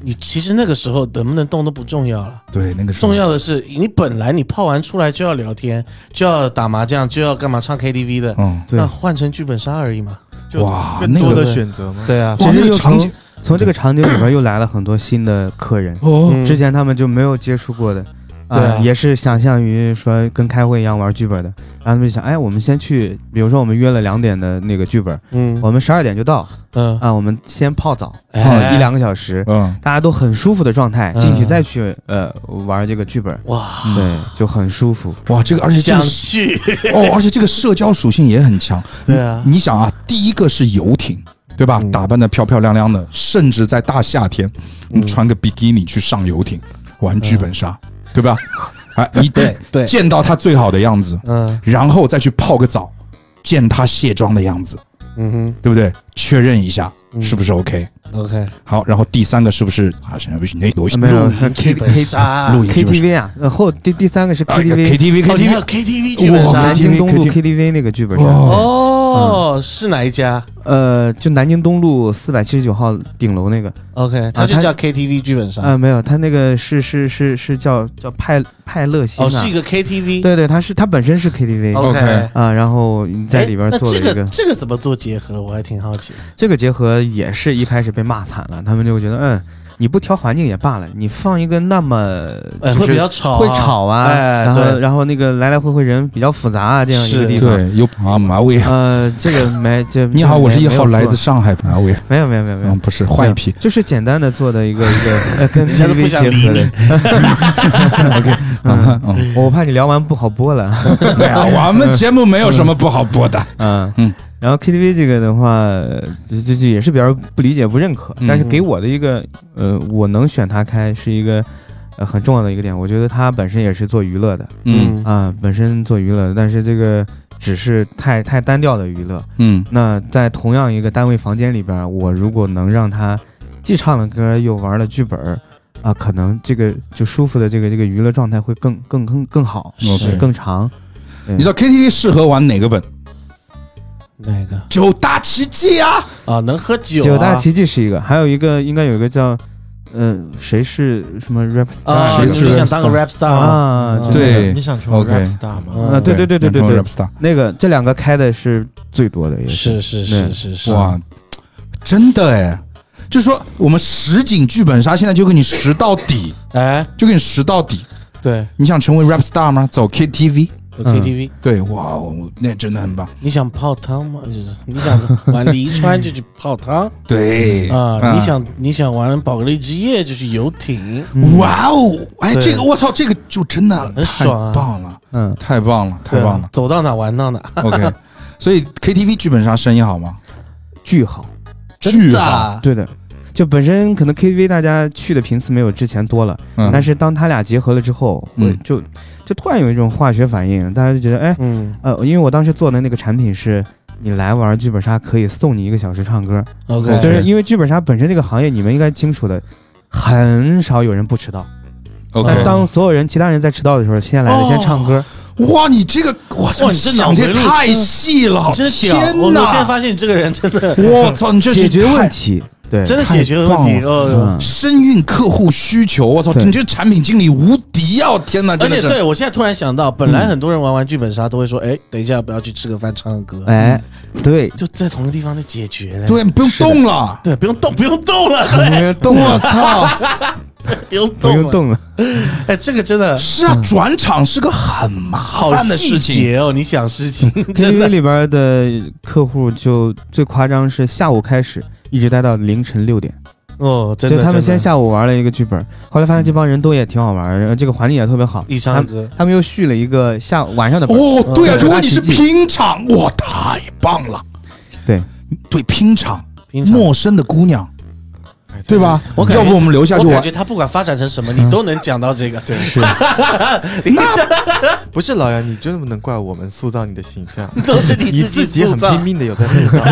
E: 你其实那个时候能不能动都不重要了，
A: 对，那个时候
E: 重要的是你本来你泡完出来就要聊天，就要打麻将，就要干嘛唱 KTV 的，
A: 嗯，
D: 哦对
E: 那换成剧本杀而已嘛。
C: 就
A: 哇
C: 更多
A: 那
C: 的
E: 个
C: 选择嘛。
D: 对啊，
A: 哇，
D: 其
A: 那
D: 实
A: 个
D: 又
A: 场
D: 从
A: 景
D: 从这个场景里边又来了很多新的客人，
A: 哦，
E: 嗯
D: 之前他们就没有接触过的。啊
E: 对啊
D: 也是想象于说跟开会一样玩剧本的，然后他们就想，哎，我们先去，比如说我们约了两点的那个剧本，
E: 嗯
D: 我们十二点就到
E: 嗯，
D: 啊，我们先泡澡，泡
E: 哎
D: 一两个小时，
A: 嗯，
D: 大家都很舒服的状态进去
E: 嗯
D: 再去呃玩这个剧本，
E: 哇，
D: 对，就很舒服。
A: 哇，这个而且这
E: 想
A: 个是
E: 去，
A: 哦，而且这个社交属性也很强。
E: 对啊，
A: 你想啊，第一个是游艇，对吧？打扮的漂漂亮亮的，甚至在大夏天，你穿个比基尼去上游艇，玩剧本杀，对吧？啊，一对
E: 对
A: 见到他最好的样子，
E: 嗯
A: 然后再去泡个澡，见他卸妆的样子，
E: 嗯哼
A: 对不对？确认一下
E: 嗯
A: 是不是 OK？
E: ，OK，
A: 好，然后第三个是不是啊？是不是那多
D: 没有
E: 录音剧本杀，
A: 录音剧本杀
D: KTV 啊，然后第第三个是
A: 啊
D: KTV，
E: 哦，你还有
A: KTV，KTV，
E: KTV 剧本
A: 哇
E: 杀
D: 哦南京
A: KTV
D: 东路
A: KTV
D: KTV 那个剧本杀，
A: 哦，
E: 哦，是哪一家
D: 呃，就南京东路四百七十九号顶楼那个，
E: ？OK，它
D: 啊
E: 哦就
D: 它
E: 叫 KTV 剧本杀，
D: 呃，没有，他那个是是是是叫叫派派乐星
E: 哦，
D: 啊，
E: 是一个 KTV。
D: 对对，他是他本身是 KTV
A: OK
D: 啊，然后你在里边
E: 哎那
D: 做了
E: 这个
D: 一个
E: 这个怎么做结合？我还挺好奇。
D: 这个结合，也是一开始被骂惨了，他们就觉得嗯。你不调环境也罢了，你放一个那么
E: 哎，
D: 呃就
E: 会比
D: 是
E: 较吵啊，
D: 会吵啊，
E: 哎
D: 然后
E: 对
D: 然后那个来来回回人比较复杂啊，这样一
E: 是
D: 个地方。
A: 对，有啊，马尾。
D: 呃，这个没这
A: 你好，我是一号，来自
D: 这
A: 上海马尾。
D: 没有没有没有没有没有没有
A: 嗯，，不是，换一批。
D: 就是简单的做的一个一个呃 跟
E: 人家都不
D: KTV
E: 想
D: 结
E: 理
D: 合
E: 你
D: 的。OK，
A: 嗯
D: 嗯，
A: 嗯，
D: 我怕你聊完不好 播了。
A: 对啊，我们节目没有什么不好播的。
D: 嗯
A: 嗯
D: 然后 KTV 这个的话，呃就就就也是比较不理解、不认可，
A: 嗯
D: 但是给我的一个呃，我能选它开是一个呃很重要的一个点。我觉得它本身也是做娱乐的
A: 嗯
D: 啊、本身做娱乐的，但是这个只是太太单调的娱乐。
A: 嗯
D: 那在同样一个单位房间里边儿，我如果能让他既唱了歌又玩了剧本儿，啊，可能这个就舒服的这个这个娱乐状态会更更更更好，
E: 是
A: OK
D: 更长。
A: 你知道 KTV 适合玩哪个本？
E: 哪个
A: 九大奇迹啊！
E: 啊？能喝酒啊？
D: 九大奇迹是一个，还有一个应该有一个叫，呃，谁是什么 rap star？
E: 啊，
A: 谁
E: 你
A: 是
E: 是想当个 rap star 吗？嗯
D: 啊？就那个
A: 对
C: 你想成为
A: OK
C: rap star 吗？
D: 啊，对对对对对
A: 南方
D: 对，
A: ，Rapstar，
D: 那个这两个开的是最多的，也
E: 是是是是是，
A: 哇，真的哎，就是说我们实景剧本杀现在就给你实到底，
E: 哎，
A: 就给你实到底。
E: 对
A: 你想成为 rap star 吗？走 KTV。
E: 有
D: 嗯
E: KTV，
A: 对，哇，我那真的很棒。
E: 你想泡汤吗？就是你想玩黎川就去泡 汤
A: 对
E: 啊，你想你想玩宝格丽之夜就去游艇，
D: 嗯
A: 哇哦，哎，
E: 对
A: 这个我操，这个就真的
E: 很
A: 太
E: 爽啊
A: 棒了，
D: 嗯，
A: 太棒了，太
E: 对啊
A: 棒了。
E: 走到哪玩到哪，
A: OK，所以 KTV 剧本杀生意好吗？
D: 巨好，
E: 真
A: 巨
E: 的
A: 好，
E: 啊，
D: 对的。就本身可能 KTV 大家去的频次没有之前多了，
A: 嗯
D: 但是当他俩结合了之后，会
A: 嗯
D: 就就突然有一种化学反应，大家就觉得哎，
E: 嗯
D: 呃，因为我当时做的那个产品是，你来玩剧本杀可以送你一个小时唱歌，
E: ，OK，
D: 就是
A: 对
D: 因为剧本杀本身这个行业，你们应该清楚的，很少有人不迟到。但
A: OK，
D: 当所有人其他人在迟到的时候，先来
A: 哦
D: 的先唱歌，
A: 哇，你这个我操，
E: 哇
A: 你
E: 你这
A: 想的
E: 脑回路
A: 太细了，
E: 真的屌！我
A: 天
E: 我现在
A: 哪！
E: 发现你这个人真的
A: 我操，你这是
D: 解决问
A: 太
D: 题。对，
E: 真的解决了问
A: 太棒
E: 题哦。
D: 嗯，
A: 深谙客户需求，我操，
D: 对
A: 你这个产品经理无敌啊！天哪，
E: 而
A: 真的嗯
E: 且
A: 是
E: 对我现在突然想到，本来很多人玩完剧本杀都会说，哎，等一下不要去吃个饭唱个歌，
D: 哎，对，
E: 就在同一个地方就解决了。
A: 对，你不用动了。
E: 对，不用动，不用动了，
D: 不用动
A: 我
D: 了，
A: 操，
E: 不用
D: 不
E: 动，
D: 用。动了。
E: 哎，这个真的
A: 是啊，转场是个很麻
E: 好
A: 烦的
E: 细
A: 事情。
E: 节哦，你想事情 真
D: KTV
E: 的
D: 里边的客户就最夸张是下午开始，一直待到凌晨六点。
E: 哦，真
D: 就
E: 的。
D: 他们
E: 真
D: 先
E: 的
D: 下午玩了一个剧本，后来发现这帮人都也挺好玩，然后这个环境也特别好。
E: 一
D: 他
E: 唱
D: 们
E: 歌，
D: 他们又续了一个下晚上的本，
A: 哦，对啊，
D: 对
A: 如果你是
D: 大奇迹
A: 拼场，哇，太棒了。
D: 对
A: 对，拼场，
E: 平常
A: 陌生的姑娘，
C: 哎
A: 对？吧？
E: 我感觉
A: 要不我们留下去
E: 我感
A: 玩
E: 觉他不管发展成什么，你都能讲到这个。对，
D: 是
E: 你这
C: 不是老杨，你真的不能怪我们塑造你的形象，
E: 都是你
C: 你
E: 自
C: 自
E: 己
C: 己
E: 塑
C: 很
E: 造
C: 拼。命的有在塑造，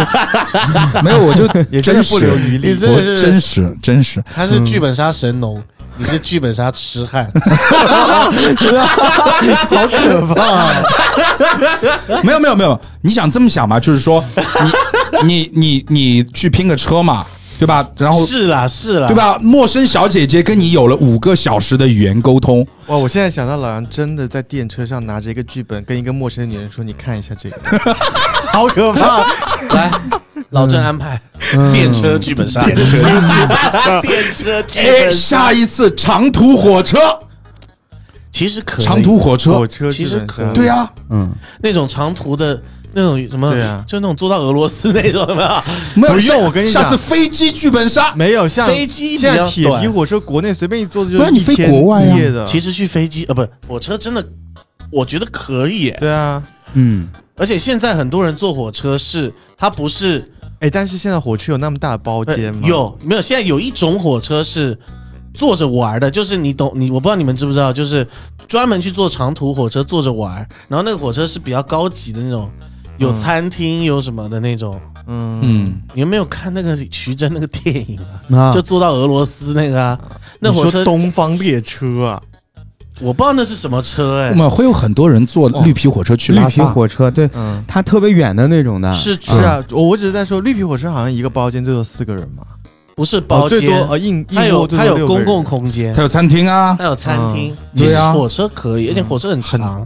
A: 没有，我就
C: 也真
A: 真
C: 的
A: 实
C: 不留余力
E: 你。真
A: 我
E: 的是
A: 真实真实。
E: 他是剧本杀神农，你是剧本杀痴汉，
C: 好可怕！
A: 没有没有没有，你想这么想嘛？就是说，你你你你去拼个车嘛，对吧？然后
E: 是啊啦是啦，
A: 对？吧？陌生小姐姐跟你有了五个小时的语言沟通，
C: 哇，我现在想到老杨真的在电车上拿着一个剧本，跟一个陌生的女人说：“你看一下这个。”好可怕！
E: 来，老郑安排电车剧本杀，电车剧本杀， 电车剧
A: 哎，
E: 本杀，
A: 下一次长途火车，
E: 其实可以
A: 长途火车
C: 火，车
E: 其实
C: 剧本
E: 可
C: 杀
A: 对啊，
D: 嗯，
E: 那种长途的那种什么
C: 对啊，
E: 就那种坐到俄罗斯那种的，
A: 没有
C: 不
A: 下
C: 用我跟你
A: 下
C: 讲
A: 次飞机剧本杀，
C: 没有像
E: 飞机比
C: 现在
E: 较
C: 铁皮
E: 短
C: 火车，国内随便一坐就
A: 不然你
C: 一
A: 飞
C: 天
A: 国外啊
C: 一夜的，
E: 其实去飞机呃，不，火车真的，我觉得可以耶。
C: 对啊。
A: 嗯，
E: 而且现在很多人坐火车是，它不是
C: 哎，但是现在火车有那么大的包
E: 呃
C: 间吗？，
E: 有没有？现在有一种火车是坐着玩的，就是你懂你，我不知道你们知不知道，就是专门去坐长途火车坐着玩，然后那个火车是比较高级的那种，有
C: 嗯
E: 餐厅有什么的那种。
C: 嗯，
A: 嗯，
E: 你们没有看那个徐峥那个电影啊？
D: 那
E: 就坐到俄罗斯那个啊，那
C: 你
E: 火
C: 说
E: 车
C: 东方列车啊，
E: 我不知道那是什么车哎、
A: 我们会有很多人坐绿皮火车去
D: 绿
A: 拉
D: 皮
A: 萨，
D: 火车，对，
C: 嗯，
D: 它特别远的那种的，
E: 是
C: 是啊，
E: 嗯
C: 我我只是在说绿皮火车好像一个包间最多四个人嘛，
E: 不是
C: 哦
E: 包
C: 最多
E: 间？
C: 呃硬
E: 它
C: 硬卧
E: 有
C: 最
E: 它有
C: 多六个
E: 公
C: 人
E: 共空间
A: 它，有餐厅啊，
E: 它有餐厅，
C: 嗯
E: 其
A: 对
E: 实
A: 啊
E: 火车可以，而且火车很长，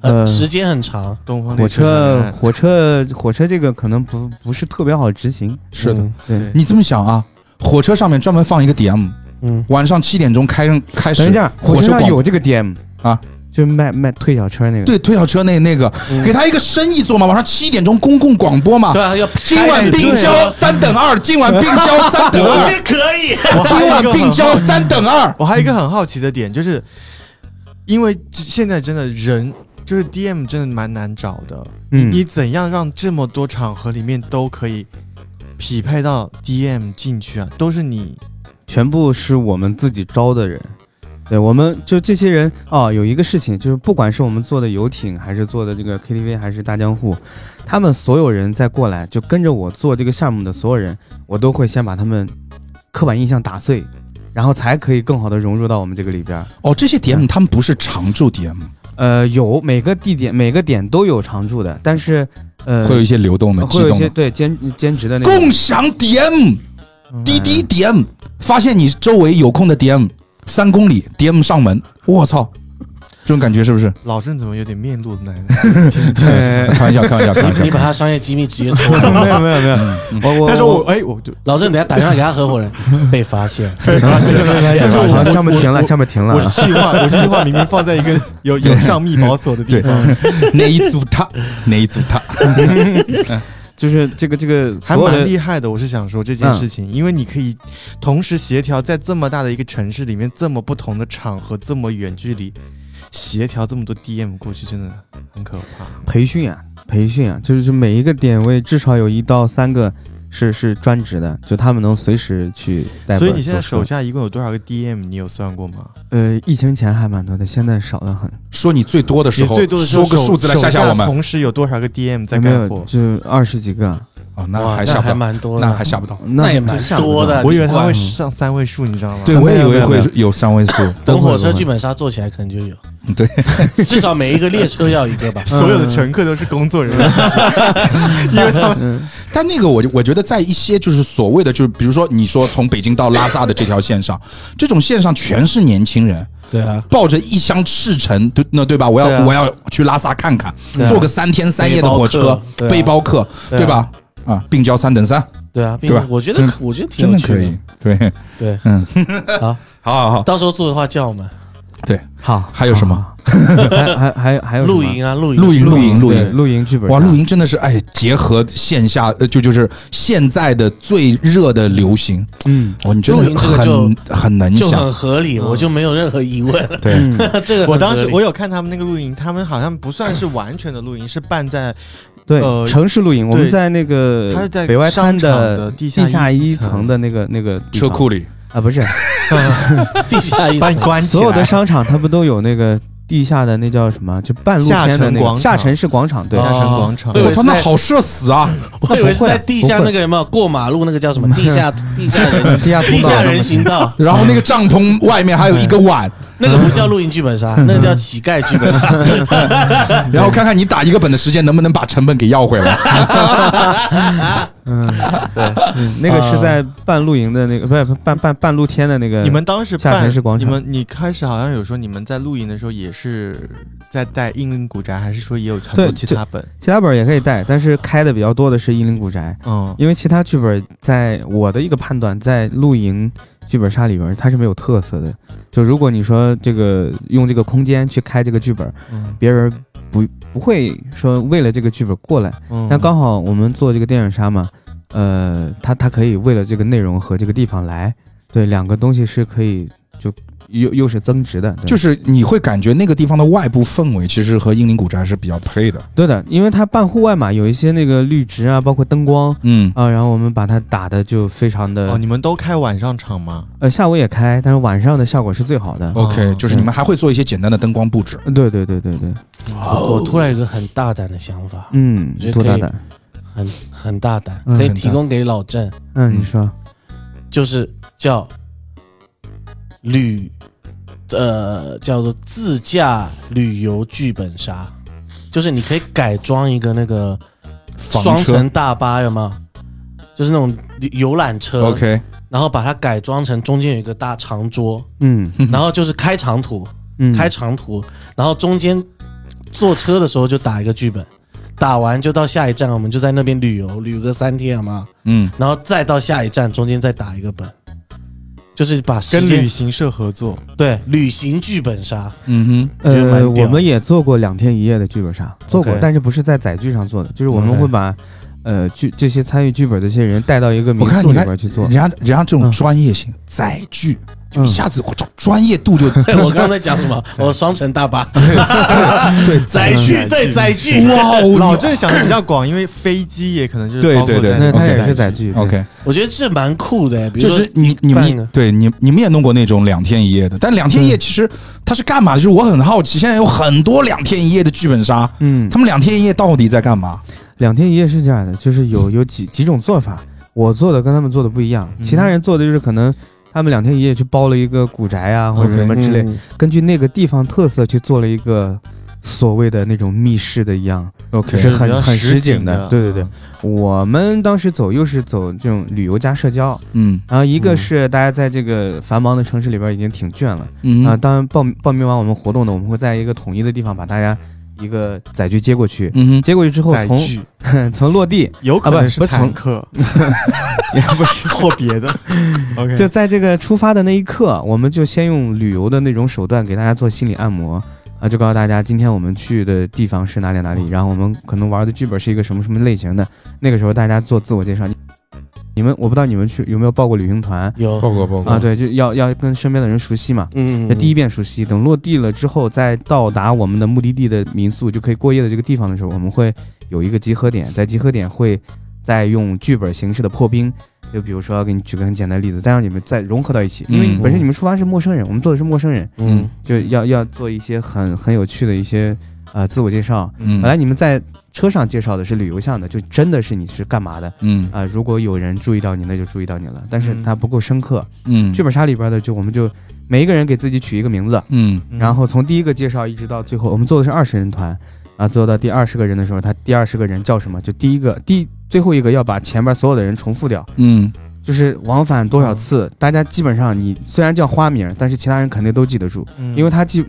E: 呃，
D: 呃
E: 时间很长。
C: 东方列
D: 火车
C: 车，
D: 火车火车这个可能不不是特别好执行，
A: 是
E: 嗯
A: 的，
D: 对。
A: 你这么想啊？火车上面专门放一个 DM，
E: 嗯，
A: 晚上七点钟开开始。
D: 等一下，
A: 火
D: 火
A: 车
D: 车上
A: 广
D: 有这个 DM
A: 啊，
D: 就是卖卖推小车那个。
A: 对推小车那那个，
D: 嗯
A: 给他一个生意做嘛，晚上七点钟公共广播嘛
E: 对。啊，要
A: 今晚病娇三等二，今晚病 娇三等
E: 啊我
A: 二，
E: 这可以。
C: 我还有
A: 今
C: 一
A: 晚
C: 个
A: 病
C: 很
A: 娇三等二。
C: 我还有一个很好奇的点，就是因为只现在真的人就是 DM 真的蛮难找的，
D: 嗯
C: 你你怎样让这么多场合里面都可以匹配到 DM 进去啊？都是你
D: 全部是我们自己招的人。对，我们就这些人啊、有一个事情就是，不管是我们做的游艇，还是做的这个 KTV，还是大江户，他们所有人再过来，就跟着我做这个项目的所有人，我都会先把他们刻板印象打碎，然后才可以更好的融入到我们这个里边儿。
A: 哦，这些 DM 他们不是常驻 DM，
D: 呃，有每个地点每个点都有常驻的，但是呃，
A: 会有一些流动的、机
D: 会有一
A: 动
D: 些
A: 的。
D: 对兼兼职的那嗯种
A: 共。享 DM，滴滴 DM，发现你周围有空的 DM，三公里 DM 上门，我操，这种感觉是不是？
C: 老郑怎么有点面露难
D: 对
A: 开玩笑，开玩笑，开玩笑嗯
E: 你你。把他商业机密直接戳了。
D: 没有没有没有，我我
C: 但是我哎，我就
E: 老郑，等下打电话给他合伙人，被发现。
D: 好，项目停了，项目停了
C: 我。计划我计划明明放在一个有有上密保锁的地方，
A: 哪一组他，哪一组他，
D: 就是这个这个
C: 还
D: 所有
C: 蛮
D: 的
C: 厉害的。我是想说这件事情，因为你可以同时协调在这么大的一个城市里面，这么不同的场合，这么远距离协调这么多 DM 过去，真的很可怕。
D: 培训啊，培训啊，就是每一个点位至少有一到三个是是专职的，就他们能随时去带班。
C: 所以你现在
D: 做
C: 手
D: 事
C: 下一共有多少个 DM？你有算过吗？
D: 呃，疫情前还蛮多的，现在少的很。
A: 说你最多的时
C: 你
A: 候，
C: 最多的时
A: 说
C: 候
A: 个
C: 手
A: 数字来吓吓
C: 手
A: 我们。
C: 同时有多少个 DM 在
D: 有没
C: 干
D: 有
C: 活？
D: 就二十几个，
A: 哦，
E: 哇
A: 那还
E: 那
A: 吓
E: 还
A: 不到，
E: 蛮多的，
A: 那还吓不到。
E: 那也蛮多的。
C: 我以为
E: 你
C: 他会
E: 管
C: 上三位数，你知道吗？
A: 对，
D: 没
A: 我也以
D: 有
A: 为
D: 没有没
A: 会
D: 有
A: 有三 位数。
E: 等火车
D: 不会不会
E: 剧本杀做起来，可能就有。
A: 对，
E: 至少每一个列车要一个吧。嗯
C: 所有的乘客都是工作人员，
A: 嗯
C: 因为他们
D: 嗯，
A: 但那个我就我觉得在一些就是所谓的就是比如说你说从北京到拉萨的这条线上，这种线上全是年轻人，
E: 对啊，
A: 抱着一厢赤诚，对那对吧？我要、
E: 对啊
A: 我要去拉萨看看，
E: 对啊
A: 坐个三天三夜的火车，
E: 背包客
A: 背包客，
E: 对啊对啊
A: 对吧？啊，病娇三等三，
E: 对啊，并
A: 对吧
E: 我觉得可我觉得挺
A: 真
E: 有
A: 的
E: 趣
A: 可以。对，
E: 对，
A: 嗯，
E: 好，
A: 好好好，
E: 到时候做的话叫我们
D: 好，
A: 还有什么
D: 好？还还还还有什么
E: 露营啊，露营，
A: 露营，露营，露
D: 对
A: 营。
D: 露营剧本杀
A: 哇，露营真的是哎，结合线下呃，就就是现在的最热的流行，
D: 嗯
F: 哦
A: 哇，你真的
E: 露营这个
A: 很很能
E: 就
A: 想
E: 很，合理，我就没有任何疑问 了。
A: 对，
D: 嗯
E: 这个很合理
C: 我当时我有看他们那个露营，他们好像不算是完全的露营，是办在呃
D: 对城市露营，我们
C: 对
D: 在那个
C: 它是在
D: 北外
C: 商
D: 滩
C: 场的地
D: 地
C: 下
D: 下
C: 一
D: 一
C: 层
D: 层的那个那个地
A: 车
D: 方
A: 库里
D: 啊，不是
E: 地下一
C: 把你
E: 层
C: 关起来。
D: 所有的商场它不都有那个地下的那叫什么？就半露
C: 下
D: 天的
C: 沉
D: 那
C: 广
D: 个
C: 场啊
D: 下沉式广场，对，
E: 哦
C: 下沉广场
E: 对
F: 我
E: 我
F: 操，那好社死啊！
E: 我以为是在地下
D: 不会
E: 那个有没有过马路那个叫什么地 下地下人
D: 地下
E: 地
D: 通道
E: 下人行道，
F: 然后那个帐篷外面还有一个 碗，
E: 那个不叫露营剧本 杀，那个叫乞丐剧本杀。
F: 然后看看你打一个本的时间能不能把成本给要回来。
D: 嗯那个是在半露营的那个，不是不半半半露天的那个。
C: 你们当时
D: 呃下
C: 办
D: 沉式广场
C: 你们你开始好像有说你们在露营的时候也是在带英灵古宅，还是说也有很多
D: 对
C: 其他本？
D: 其他本儿也可以带，但是开的比较多的是《英灵古宅》，
C: 嗯，
D: 因为其他剧本在我的一个判断，在露营剧本杀里边儿它是没有特色的。就如果你说这个用这个空间去开这个剧本，
C: 嗯
D: 别人不不会说为了这个剧本过来。
C: 嗯
D: 但刚好我们做这个电影杀嘛，呃，他他可以为了这个内容和这个地方来，对，两个东西是可以就又又是增值的，对
F: 就是你会感觉那个地方的外部氛围其实和英灵古宅是比较配的。
D: 对的，因为它办户外嘛，有一些那个绿植啊，包括灯光
F: 嗯，
D: 啊，然后我们把它打的就非常的、
C: 哦，你们都开晚上场吗？
D: 呃，下午也开，但是晚上的效果是最好的。呃
F: OK，
C: 哦
F: 就是你们还会做一些简单的灯光布置。
D: 对对对对对，
E: 哦我我突然有个很大胆的想法，
D: 嗯
E: 我觉，得
D: 多
E: 可
D: 大
E: 以
D: 胆？
E: 很很大胆，
D: 嗯
E: 可以
F: 很大
E: 提供给老郑，
D: 嗯，你说，
E: 就是叫旅，呃，叫做自驾旅游剧本杀，就是你可以改装一个那个
F: 房
E: 双
F: 车
E: 层大巴，有没有？就是那种旅游览车
F: OK，
E: 然后把它改装成中间有一个大长桌，
D: 嗯
E: 然后就是开长途，
D: 嗯，
E: 开长途，然后中间坐车的时候就打一个剧本，打完就到下一站，我们就在那边旅游，旅个三天好吗？
F: 嗯，
E: 然后再到下一站，中间再打一个本，就是把时
C: 跟旅
E: 间
C: 行社合作，
E: 对旅行剧本杀，
F: 嗯
E: 觉得
D: 呃，
E: 蛮屌
D: 我们也做过两天一夜的剧本杀，做过
E: OK
D: 但是不是在载具上做的，就是我们
E: OK
D: 会把呃剧这些参与剧本的这些人带到一个民
F: 我看
D: 宿
F: 你
D: 里
F: 看
D: 边去做
F: 人。家人家这种
D: 嗯
F: 专业性载具，就
D: 嗯
F: 一下子我操专业度就
E: 我刚才讲什么？我双城大巴
F: 对
E: 载具，对载具。
F: 哇哦，
C: 老
F: 老
C: 郑想的比较广，因为飞机也可能就是
F: 对
C: 包括
F: 对对
C: 在
D: 那
C: 内
D: 他
F: ，OK
D: 也是载具。对
F: OK，
E: 我觉得这蛮酷的，比如
F: 就
E: 说
F: 是你你
E: 办一个
F: 们对你你们也弄过那种两天一夜的，但两天一夜其实它是干嘛？就是我很好奇，现在有很多两天一夜的剧本杀，
D: 嗯
F: 他，们两天一夜到底在干嘛？
D: 两天一夜是这样的，就是有有几几种做法，我做的跟他们做的不一样，
C: 嗯
D: 其他人做的就是可能他们两天一夜去包了一个古宅啊或者
F: OK
D: 什么之类，
E: 嗯
D: 根据那个地方特色去做了一个所谓的那种密室的一样。
F: OK
D: 是
C: 比较
D: 很很
C: 实
D: 实景
C: 景
D: 的
C: 的
D: 对对对，我们当时走又是走这种旅游加社交，
F: 嗯
D: 然后一个是大家在这个繁忙的城市里边已经挺倦了
F: 嗯
D: 啊，当然报报名完我们活动呢，我们会在一个统一的地方把大家一个载具接过去，
F: 嗯
D: 接过去之后
C: 载
D: 从呃
C: 具
D: 从落地
C: 有可
D: 啊不
C: 能是
D: 不是
C: 坦
D: 从
C: 克， 也不是或别的。OK，
D: 就在这个出发的那一刻，我们就先用旅游的那种手段给大家做心理按摩啊，就告诉大家今天我们去的地方是哪里
F: 嗯
D: 哪里，然后我们可能玩的剧本是一个什么什么类型的。那个时候大家做自我介绍，你你们我不知道你们去有没有报过旅行团
E: 有
F: 过报
D: 啊？对，就要要跟身边的人熟悉嘛。
E: 嗯
D: 那第一
E: 遍
D: 遍熟悉，等落地了之后，再到达我们的目的地的民宿就可以过夜的这个地方的时候，我们会有一个集合点，在集合点会再用剧本形式的破冰，就比如说给你举个很简单的例子，再让你们再融合到一起，因为
F: 嗯
D: 你本身你们出发是陌生人，我们做的是陌生人，
E: 嗯
D: 就要要做一些很很有趣的一些呃自我介绍。
F: 嗯
D: 本来你们在车上介绍的是旅游项的，就真的是你是干嘛的
F: 嗯
D: 啊、如果有人注意到你，那就注意到你了，但是它不够深刻。
F: 嗯
D: 剧本杀里边的就我们就每一个人给自己取一个名字。
F: 嗯
C: 嗯
D: 然后从第一个介绍一直到最后，我们做的是二十人团，啊，做到第二十个人的时候，他第二十个人叫什么？就第一个第最后一个要把前面所有的人重复掉，
F: 嗯
D: 就是往返多少次，大家基本上你虽然叫花名，但是其他人肯定都记得住，
C: 嗯
D: 因为他记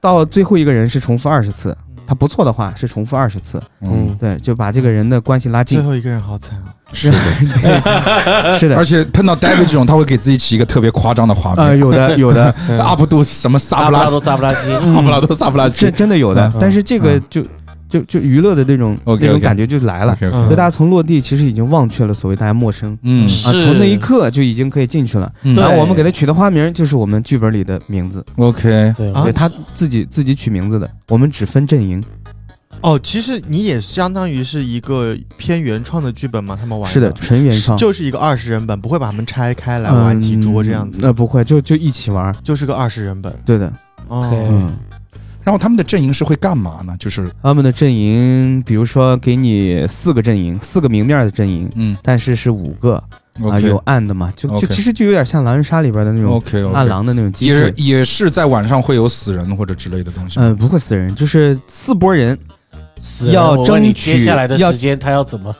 D: 到最后一个人是重复二十次，他不错的话是重复二十次，
F: 嗯，
D: 对，就把这个人的关系拉
C: 最
D: 近。
C: 后一个人好惨啊！
F: 是的。
D: 是的
F: 而，且碰到 David 这种，他会给自己起一个特别夸张的花
D: 呃，
F: 名
D: 有的有 嗯的，
F: ，UP 度什么萨
E: 阿
F: 布
E: 布
F: 拉
E: 拉多萨布拉西，
F: 阿布拉多萨布拉
D: 这
F: 西。
D: 真的有的
F: 嗯，
D: 但是这个就就就娱乐的那种那
F: OK，OK
D: 种感觉就来了。
F: OK，OK
C: 嗯
D: 所以大家从落地其实已经忘却了所谓大家陌生
F: 嗯
E: 是
D: 啊，从那一刻就已经可以进去了。
F: 嗯
E: 对
D: 然后我们给他取的花名就是我们剧本里的名字，
F: ，OK，
E: 对
C: 啊
D: 对他自己自己取名字的。我们只分阵营，
C: 哦，其实你也相当于是一个偏原创的剧本嘛，他们玩
D: 是的，纯原创，
C: 就是一个二十人本，不会把他们拆开来
D: 嗯
C: 玩几桌这样子，
D: 那不会，就就一起玩儿。
C: 就是个二十人本。
D: 对的，
C: 哦
E: 对
D: 嗯，
A: 然后他们的阵营是会干嘛呢？就是
D: 他们的阵营，比如说给你四个阵营，四个明面的阵营，
A: 嗯
D: 但是是五个啊、有
A: ，OK
D: 暗的嘛，就就
A: OK
D: 其实就有点像狼人杀里边的那种
A: OK
D: 暗
A: OK，
D: 狼的那种机
A: 也
D: 制
A: 是。也是在晚上会有死人或者之类的东西吗。
D: 嗯，不会死人，就是四波人，
E: 死人
D: 要
E: 我问你
D: 争
E: 接
D: 取
E: 下来的
D: 要
E: 时间，他要怎么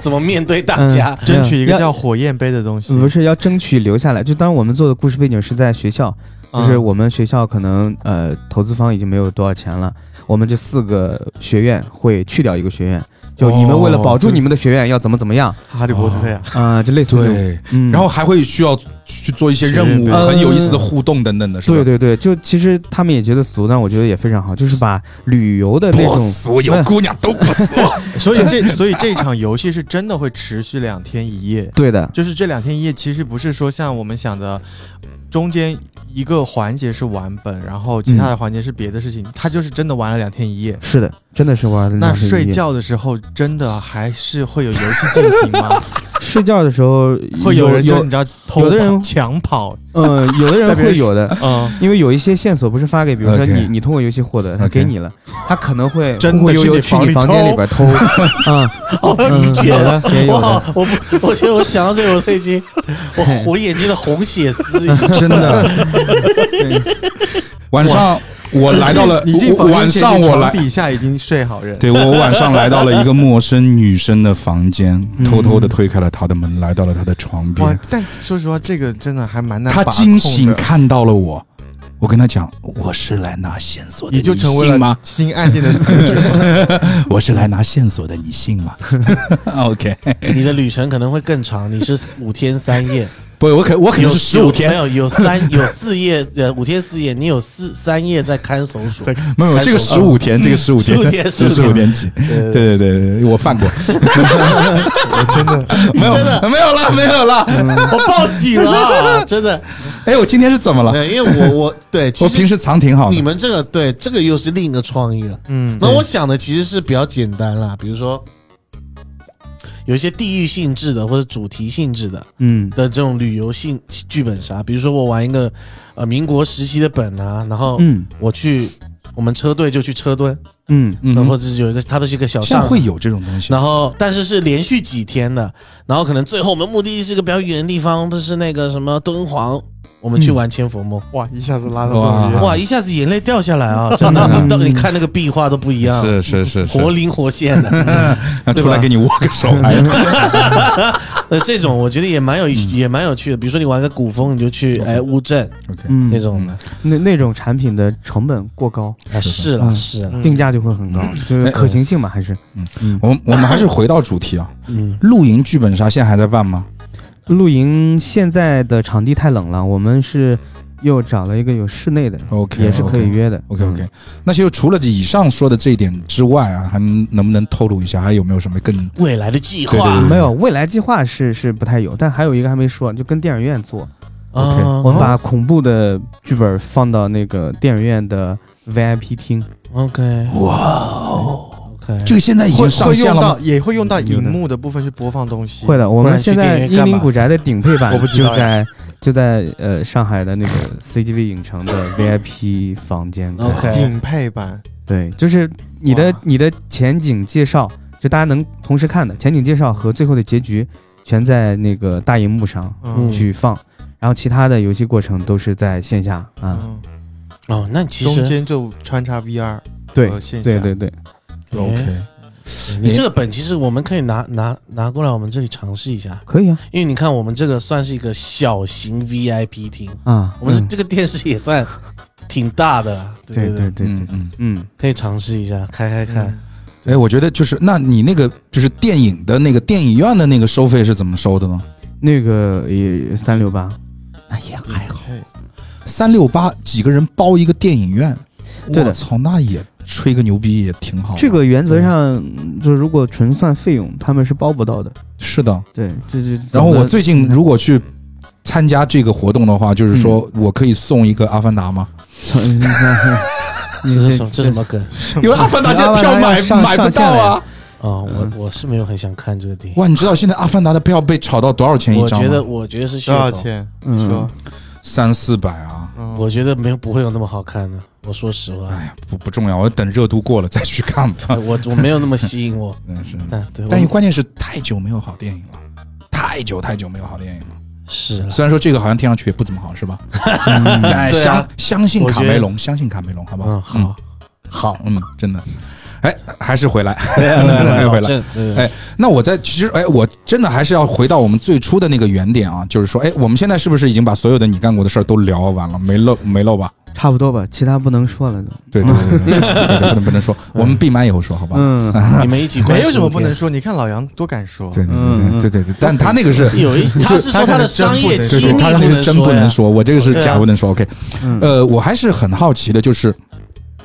E: 怎么面对大
D: 嗯
E: 家？
C: 争取一个
D: 要呃
C: 叫火焰杯的东西，
D: 不是要争取留下来。就当然我们做的故事背景是在学校，
E: 啊
D: 就是
C: 嗯
D: 我们学校可能呃投资方已经没有多少钱了，我们这四个学院会去掉一个学院，就你们为了
E: 哦
D: 保住你们的学院要怎么怎 么样
C: 哈利波特呀，
D: 啊、就类似这种。
A: 对，
D: 嗯，
A: 然后还会需要去做一些任务，
C: 嗯
A: 很有意思的互动等等的，是吧？
D: 对对对，就其实他们也觉得俗，但我觉得也非常好，就是把旅游的那
G: 不
D: 种
G: 俗，有姑娘都 不俗。
D: 哦
C: 所以这所以这场游戏是真的会持续两天一夜，
D: 对的，
C: 就是这两天一夜其实不是说像我们想的，中间一个环节是完本，然后其他的环节是别的事情，他就是真的玩了两天一夜。
D: 是的，真的是玩的。
C: 那睡觉的时候真的还是会有游戏进行 吗？
D: 睡觉的时候
C: 会有人就
D: 有
C: 你知道偷
D: 有的人
C: 跑抢跑，
D: 呃有的人
C: 特别
D: 会
C: 是
D: 有的，
C: 嗯，
D: 因为有一些线索不是发给，比如说
A: OK
D: 你你通过游戏获得，他
A: OK
D: 给你了，他可能会
C: 真的
D: 忽忽悠
C: 去
D: 悠
C: 你
D: 去
C: 房
D: 你
C: 里
D: 房间里边偷， 啊，
E: 我理解
D: 有
E: 了
D: 的，也有
E: 我
D: 的
E: 好，我不，我觉得我想到这个，我都已经，我我眼睛的红血丝已经。
A: 真的。 晚上我来到了
C: 你进你进房间
A: 晚上
C: 先去
A: 我
C: 床
A: 来，
C: 底下已经睡好人，
A: 对我晚上来到了一个陌生女生的房间，
D: 嗯
A: 偷偷的推开了她的门，来到了她的床
C: 哇
A: 边。！
C: 但说实话，这个真的还蛮难
A: 她
C: 把控
A: 惊
C: 的。
A: 醒看到了我，我跟她讲，我是来拿线索的，
C: 你就成为
A: 信
C: 了
A: 吗？
C: 新案件的死者。
A: 我是来拿线索的，你信吗？OK，
E: 你的旅程可能会更长，你是四五天三夜，
A: 不，我可我可能
E: 有
A: 是十五天
E: 没，有有三有四夜，呃，五天四夜，你有四三夜在看守所，
A: 没有
E: 还
A: 这个
E: 手
A: 十五天，这个十五天，
E: 15天呃
A: 这个
E: 15
A: 15天起，
E: 对
A: 对对对对，我犯过，
C: 真的，
A: 没有没有了没有了，
E: 我报警了， 真的，
A: 哎，我今天是怎么
E: 没
A: 了？
E: 有因为我我对，呃其
A: 我平
E: 实
A: 时藏挺好的
E: 你，们这个对这个又是另一个创意了。
C: 嗯，
E: 那我想的其实是比较简单啦，比如说有一些地域性质的或者主题性质的，
D: 嗯
E: 的这种旅游性剧本杀，比如说我玩一个呃民国时期的本啊，然后
D: 嗯
E: 我去我们车队就去车墩，
D: 嗯
A: 嗯
E: 然
A: 哼
E: 后或者是有一个他们是一个小
A: 像
E: 上
A: 会。有这种东西，
E: 然后，但是是连续几天的，然后可能最后我们目的地是一个比较远的地方，不是那个什么敦煌，我们去玩千佛梦，
C: 哇，一下子拉到 这么远，
E: 哇，一下子眼泪掉下来啊！真的，
D: 嗯
E: 你到你看那个壁画都不一样，
A: 是是是
E: 活灵活现的。
A: 那出来给你握个手，
D: 嗯
A: 哎 呀，
E: 呃，这种我觉得也蛮有也蛮有趣的。比如说你玩个古风，你就去哎乌镇
A: OK
D: 嗯，
E: 那种的，
D: 那那种产品的成本过高，
E: 啊是啦
D: 嗯
E: 是啦，
D: 定价就会很高，就是可行性嘛，还是嗯
A: 我们我们还是回到主题啊，
E: 嗯，
A: 露营剧本杀现在还在办吗？
D: 露营现在的场地太冷了，我们是又找了一个有室内的，
A: OK，
D: 也是可以约的。
A: OK OK，那就除了以上说的这一点之外啊，还能不能透露一下，还有没有什么更
E: 未来的计
A: 对对
E: 划
A: 对。
D: 没有未来计划是是不太有，但还有一个还没说，就跟电影院做，
A: OK，
E: 啊
D: 我们把恐怖的剧本放到那个电影院的 VIP 厅，
E: OK
A: 哇？
E: OK，
A: 这个现在已
C: 会
A: 经上
C: 会
A: 线
C: 用
A: 了
C: 到，
A: 吗？
C: 也会用到荧幕的部分去播放东西。
D: 会，的，我
E: 不
D: 们
E: 然去
D: 现在
E: 电影院
D: 英
E: 干嘛
D: 灵古宅的顶配版
C: 我不知
D: 就
C: 道
D: 在就在呃上海的那个 CGV 影城 的 VIP 房间。对
E: OK
C: 顶配版
D: 对，就是你的
C: 哇
D: 你的前景介绍，就大家能同时看的前景介绍和最后的结局，全在那个大荧幕上
C: 嗯
D: 去放，然后其他的游戏过程都是在线下啊。
C: 嗯，
E: 哦，那其
C: 中
E: 实
C: 间就穿插 VR
D: 对
C: 和线下，
D: 对对对，
A: OK，
E: 你这个本其实我们可以拿拿拿过来我们这里尝试一下，
D: 可以啊
E: 因为你看我们这个算是一个小型 VIP 厅，
D: 啊，
E: 我们
D: 嗯
E: 这个电视也算挺大的啦，对
D: 对对
E: 对，
D: 对对
A: 嗯，嗯。
D: 嗯，
E: 可以尝试一下，开开看。
C: 嗯，
A: 哎，我觉得就是，那你那个就是电影的那个电影院的那个收费是怎么收的呢？
D: 那个也三六八，
A: 哎呀，
C: 还好，
A: 三六八几个人包一个电影院，
D: 对的
A: 我操，那也吹个牛逼也挺好的。
D: 这个原则上就是如果纯算费用，他们是包不到的。
A: 是的，
D: 对，这这。
A: 然后
D: 怎
A: 我
D: 么嗯
A: 最近 如果去参加这个活动的话，就是说我可以送一个《阿凡达》吗？嗯
E: 这是什么这是什么梗
A: 因为《阿凡达》现在票买
D: 阿凡达要上
A: 买不
D: 上线
A: 到
D: 了
A: 啊
D: 呀！
E: 啊？我我是没有很想看这个电影，
A: 哇，你知道现在《阿凡达》的票被炒到多少钱一
E: 我
A: 张
E: 觉
A: 吗？
E: 得我觉得是
C: 多
E: 噱
C: 少
E: 头，
C: 钱？你
D: 嗯
C: 说，
A: 三四百啊！
C: 嗯
E: 我觉得没有不会有那么好看的。我说实话，
A: 不不重要，我等热度过了再去看吧。
E: 我我没有那么吸引 我，
A: 真的是，
E: 但对，
A: 嗯但
E: 我
A: 关键是太久没有好电影了，太久太久没有好电影了。
E: 是了，
A: 虽然说这个好像听上去也不怎么好，是 吧？哎，
E: 对啊
A: 相相信
E: 我
A: 卡
E: 觉得
A: 梅隆，相信卡梅隆，好不好？
E: 嗯， 好，好，
A: 嗯，真的。哎，还是回来，
E: 来
A: 还是嗯回来。
E: 来，啊对
A: 哎那我在其实，哎，我真的还是要回到我们最初的那个原点啊，就是说，哎，我们现在是不是已经把所有的你干过的事儿都聊完了？没漏没漏吧？
D: 差不多吧，其他不能说了都。
A: 对对对对对对，对不能不 能说，我们闭麦以后说，好吧？
D: 嗯，
E: 你们一起关
C: 没有
E: 心
C: 什么不
E: 一
C: 能
E: 天。
C: 说，你看老杨多敢说，
A: 对对
D: 嗯
A: 对对对对，但他那个是。
E: 有一，他是说
C: 他可能
E: 的
C: 真
E: 商
C: 不
E: 业
C: 能
E: 机
A: 对对，
E: 密
A: 他那个是真不能
E: 能
A: 说，我这个是
E: 对啊
A: 假不能说。OK，
D: 嗯
A: 呃，我还是很好奇的，就是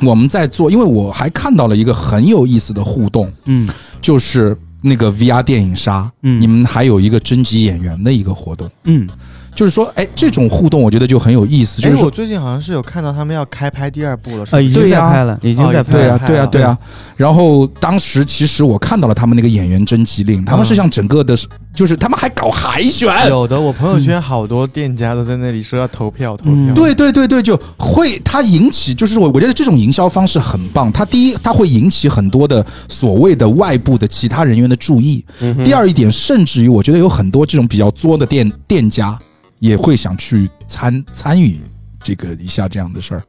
A: 我们在做，因为我还看到了一个很有意思的互动，
D: 嗯
A: 就是那个 VR 电影杀，
D: 嗯
A: 你们还有一个征集演员的一个活动，
D: 嗯，
A: 就是说，哎，这种互动我觉得就很有意思，就
C: 哎，
A: 是
C: 我
A: 说，
C: 最近好像是有看到他们要开拍第二部了，是吧
D: 呃，已经
A: 对
D: 在
A: 呀
D: 拍了，已经
C: 哦
D: 在
C: 已经
D: 拍
A: 对
D: 了。
A: 啊，
C: 太
A: 对啊，
C: 好
A: 对啊。然后当时其实我看到了他们那个演员征集令，他们是
C: 嗯
A: 像整个的，就是他们还搞海选，
C: 有的，我朋友圈好多店家都在那里说要投票，投
D: 嗯
C: 票。
A: 对对对对，就会它引起，就是我我觉得这种营销方式很棒。它第一，它会引起很多的所谓的外部的其他人员的注意；
C: 嗯
A: 第二一点，甚至于我觉得有很多这种比较作的店店家也会想去参参与这个一下这样的事儿。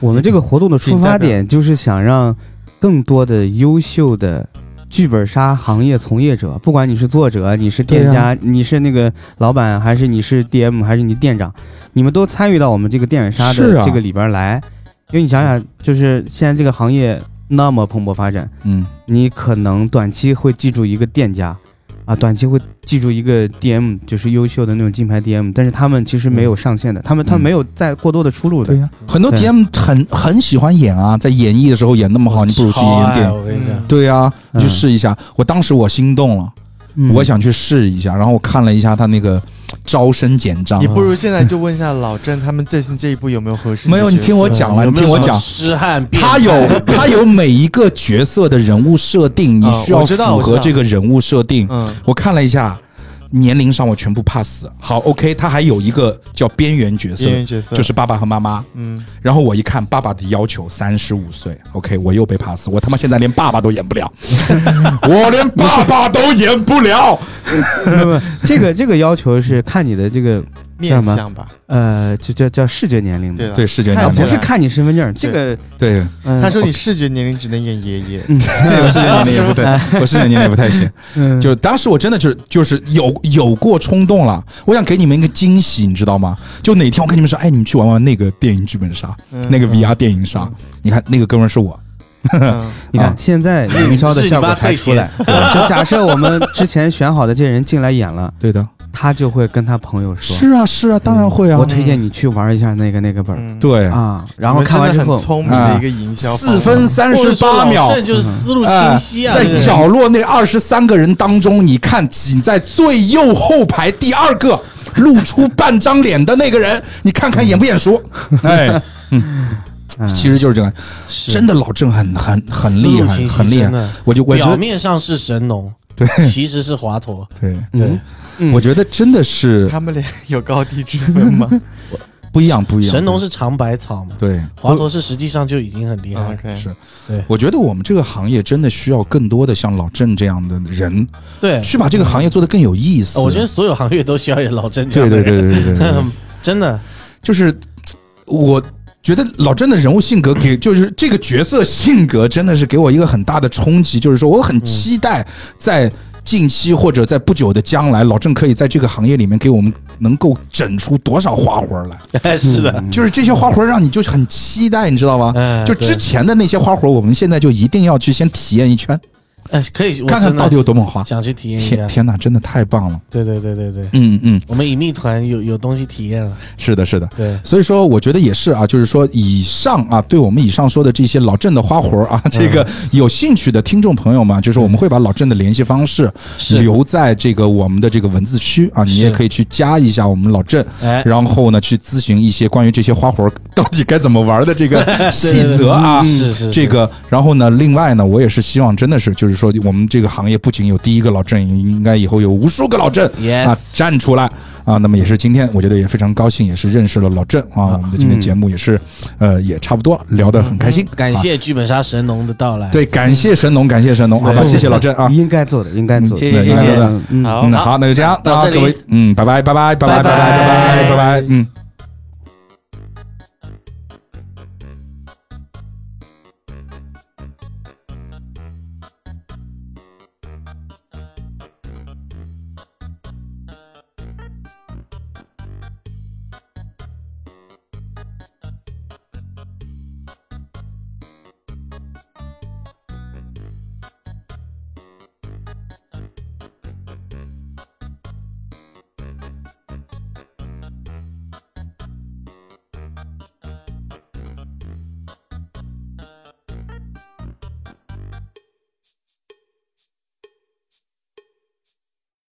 D: 我们这个活动的出发
C: 仅代
D: 点就是想让更多的优秀的剧本杀行业从业者，不管你是作者，你是店
A: 啊
D: 家，你是那个老板，还是你是 DM，还是你店长，你们都参与到我们这个电影杀
A: 是
D: 的
A: 啊
D: 这个里边来。因为你想想，就是现在这个行业那么蓬勃发展，
A: 嗯，
D: 你可能短期会记住一个店家，啊，短期会记住一个 DM，就是优秀的那种金牌 DM，但是他们其实没有上限的，他们他们
A: 嗯
D: 没有再过多的出路的。
A: 对呀、很多
D: 对
A: DM 很很喜欢演啊，在演绎的时候演那么好，你不如去演电影。
E: 啊我跟你讲，
A: 对呀、你去
D: 嗯
A: 试一下。我当时我心动了，
D: 嗯
A: 我想去试一下，然后我看了一下他那个招生简章啊
C: 你，不如现在就问一下老郑，他们最新这一部有没有合适？
A: 没有，你听我讲了，
E: 有
A: 你
E: 没嗯有
A: 听我
E: 什么
A: 讲，
E: 痴汉变态，
A: 他 有他有每一个角色的人物设定，你
C: 啊
A: 需要
C: 我知道
A: 符
C: 我知
A: 合
C: 道
A: 这个人物设定。
C: 嗯，
A: 我看了一下，年龄上我全部 pass。好，OK，他还有一个叫边缘角色
C: 演，员角色
A: 就是爸爸和妈妈。
C: 嗯，
A: 然后我一看，爸爸的要求三十五岁，OK，我又被 pass。我他妈现在连爸爸都演不 了，我连爸爸都演不了。
D: 不不，这个这个要求是看你的这个
C: 面相吧，
D: 呃，就叫叫视觉年龄
C: 对
D: 的，
C: 了，
A: 嗯对，视觉
C: 看
A: 年
D: 啊
C: 不
D: 不
A: 龄，
D: 是看你身份证。这个，
A: 对，
D: 呃
C: 他说你视觉年龄只能演爷爷，
D: 嗯
A: 我视觉年龄也 不对，我视觉年龄也不太行。
D: 嗯
A: 就当时我真的就是就是有有过冲动了，我想给你们一个惊喜，你知道吗？就哪天我跟你们说，哎，你们去玩玩那个电影剧本杀，
C: 嗯
A: 那个 VR 电影杀，你看那个哥们儿是我，
C: 嗯
D: 你看
A: 啊
D: 现在营销的效果才出来。就假设我们之前选好的这些人进来演了，
A: 对的，
D: 他就会跟他朋友说
A: 是啊是啊，当然会：“啊
D: 我，推荐你去玩一下那个那个本儿
C: 嗯，
A: 对，
D: 啊。”然后看完
C: 你
D: 之
C: 们真的
D: 后
C: 很，聪明的一个营销方
A: 嗯
C: 法
A: 四分三
E: 或者
A: 十
E: 说
A: 八
E: 老
A: 秒。
E: 郑就是思路
A: 哎
E: 清晰啊，
A: 在
E: 这个人
A: 角落那二十三个人当中，你看仅在最右后排第二个露出半张脸的那个人，你看看眼不眼熟？哎，
D: 嗯
A: 其实就是这样，
E: 是
A: 真的老郑很很很厉
E: 思路
A: 害，
E: 清晰
A: 很厉害
E: 真。的
A: 我就我觉
E: 表
A: 得
E: 面上是神农，
A: 对
E: 其实是华佗。
A: 对，
D: 嗯，嗯
A: 我觉得真的是
C: 他们俩有高低之 分吗
A: 不一样，不一样。
E: 神农是尝百草嘛，
A: 对，哦
E: 华佗是实际上就已经很厉害了。
C: 嗯？OK，
A: 是
E: 对
A: 我觉得我们这个行业真的需要更多的像老郑这样的人，
E: 对，
A: 去把这个行业做得更有意思。
E: 呃我觉得所有行业都需要有老郑这
A: 对
E: 样的
A: 对
E: 人。
A: 对对对对对，
E: 真的，
A: 就是我。觉得老郑的人物性格 给就是这个角色性格真的是给我一个很大的冲击，就是说我
E: 嗯
A: 很期待在近期或者在不久的将来，老郑可以在这个行业里面给我们能够整出多少花活儿来。
E: 哎，是的，
A: 就是这些花活儿让你就很期待，你知道吗？
E: 嗯，
A: 就之
E: 对，
A: 前的那些花活，我们现在就一定要去先体验一圈，
E: 哎，可以，我
A: 看看
E: 真的
A: 到底有多么花。
E: 想去体验一
A: 天
E: 下。
A: 天哪，真的太棒了！
E: 对对对对对，
A: 嗯嗯，
E: 我们隐秘团有有东西体验了。
A: 是的，是的。
E: 对，
A: 所以说，我觉得也是啊，就是说，以上啊，对我们以上说的这些老郑的花活啊，
E: 嗯
A: 这个有兴趣的听众朋友们，就是我们会把老郑的联系方式
E: 是，
A: 留在这个我们的这个文字区啊，你
E: 是
A: 也可以去加一下我们老郑，
E: 哎，
A: 然后呢，去咨询一些关于这些花活到底该怎么 玩的这个细则啊。
E: 嗯是是是
A: 这个，然后呢，另外呢，我也是希望真的是，就是说，我们这个行业不仅有第一个老郑，应该以后有无数个老郑啊
E: Yes，
A: 站出来啊。那么也是今天，我觉得也非常高兴，也是认识了老郑啊。我们的今天节目也是，呃，也差不多了，聊得很开心，
E: 嗯感
A: 啊。
E: 谢剧本杀神农的到来。
A: 对，感谢神农，感谢神农，好吧，谢谢老郑啊。
D: 应该做的，应该做的。
E: 谢谢谢谢
D: 嗯嗯
E: 好
C: 啊
A: 嗯，好，那就这样，
E: 到
A: 那
E: 这里
A: 各位，嗯，拜拜，拜拜，拜拜，拜拜，拜拜，拜拜，嗯。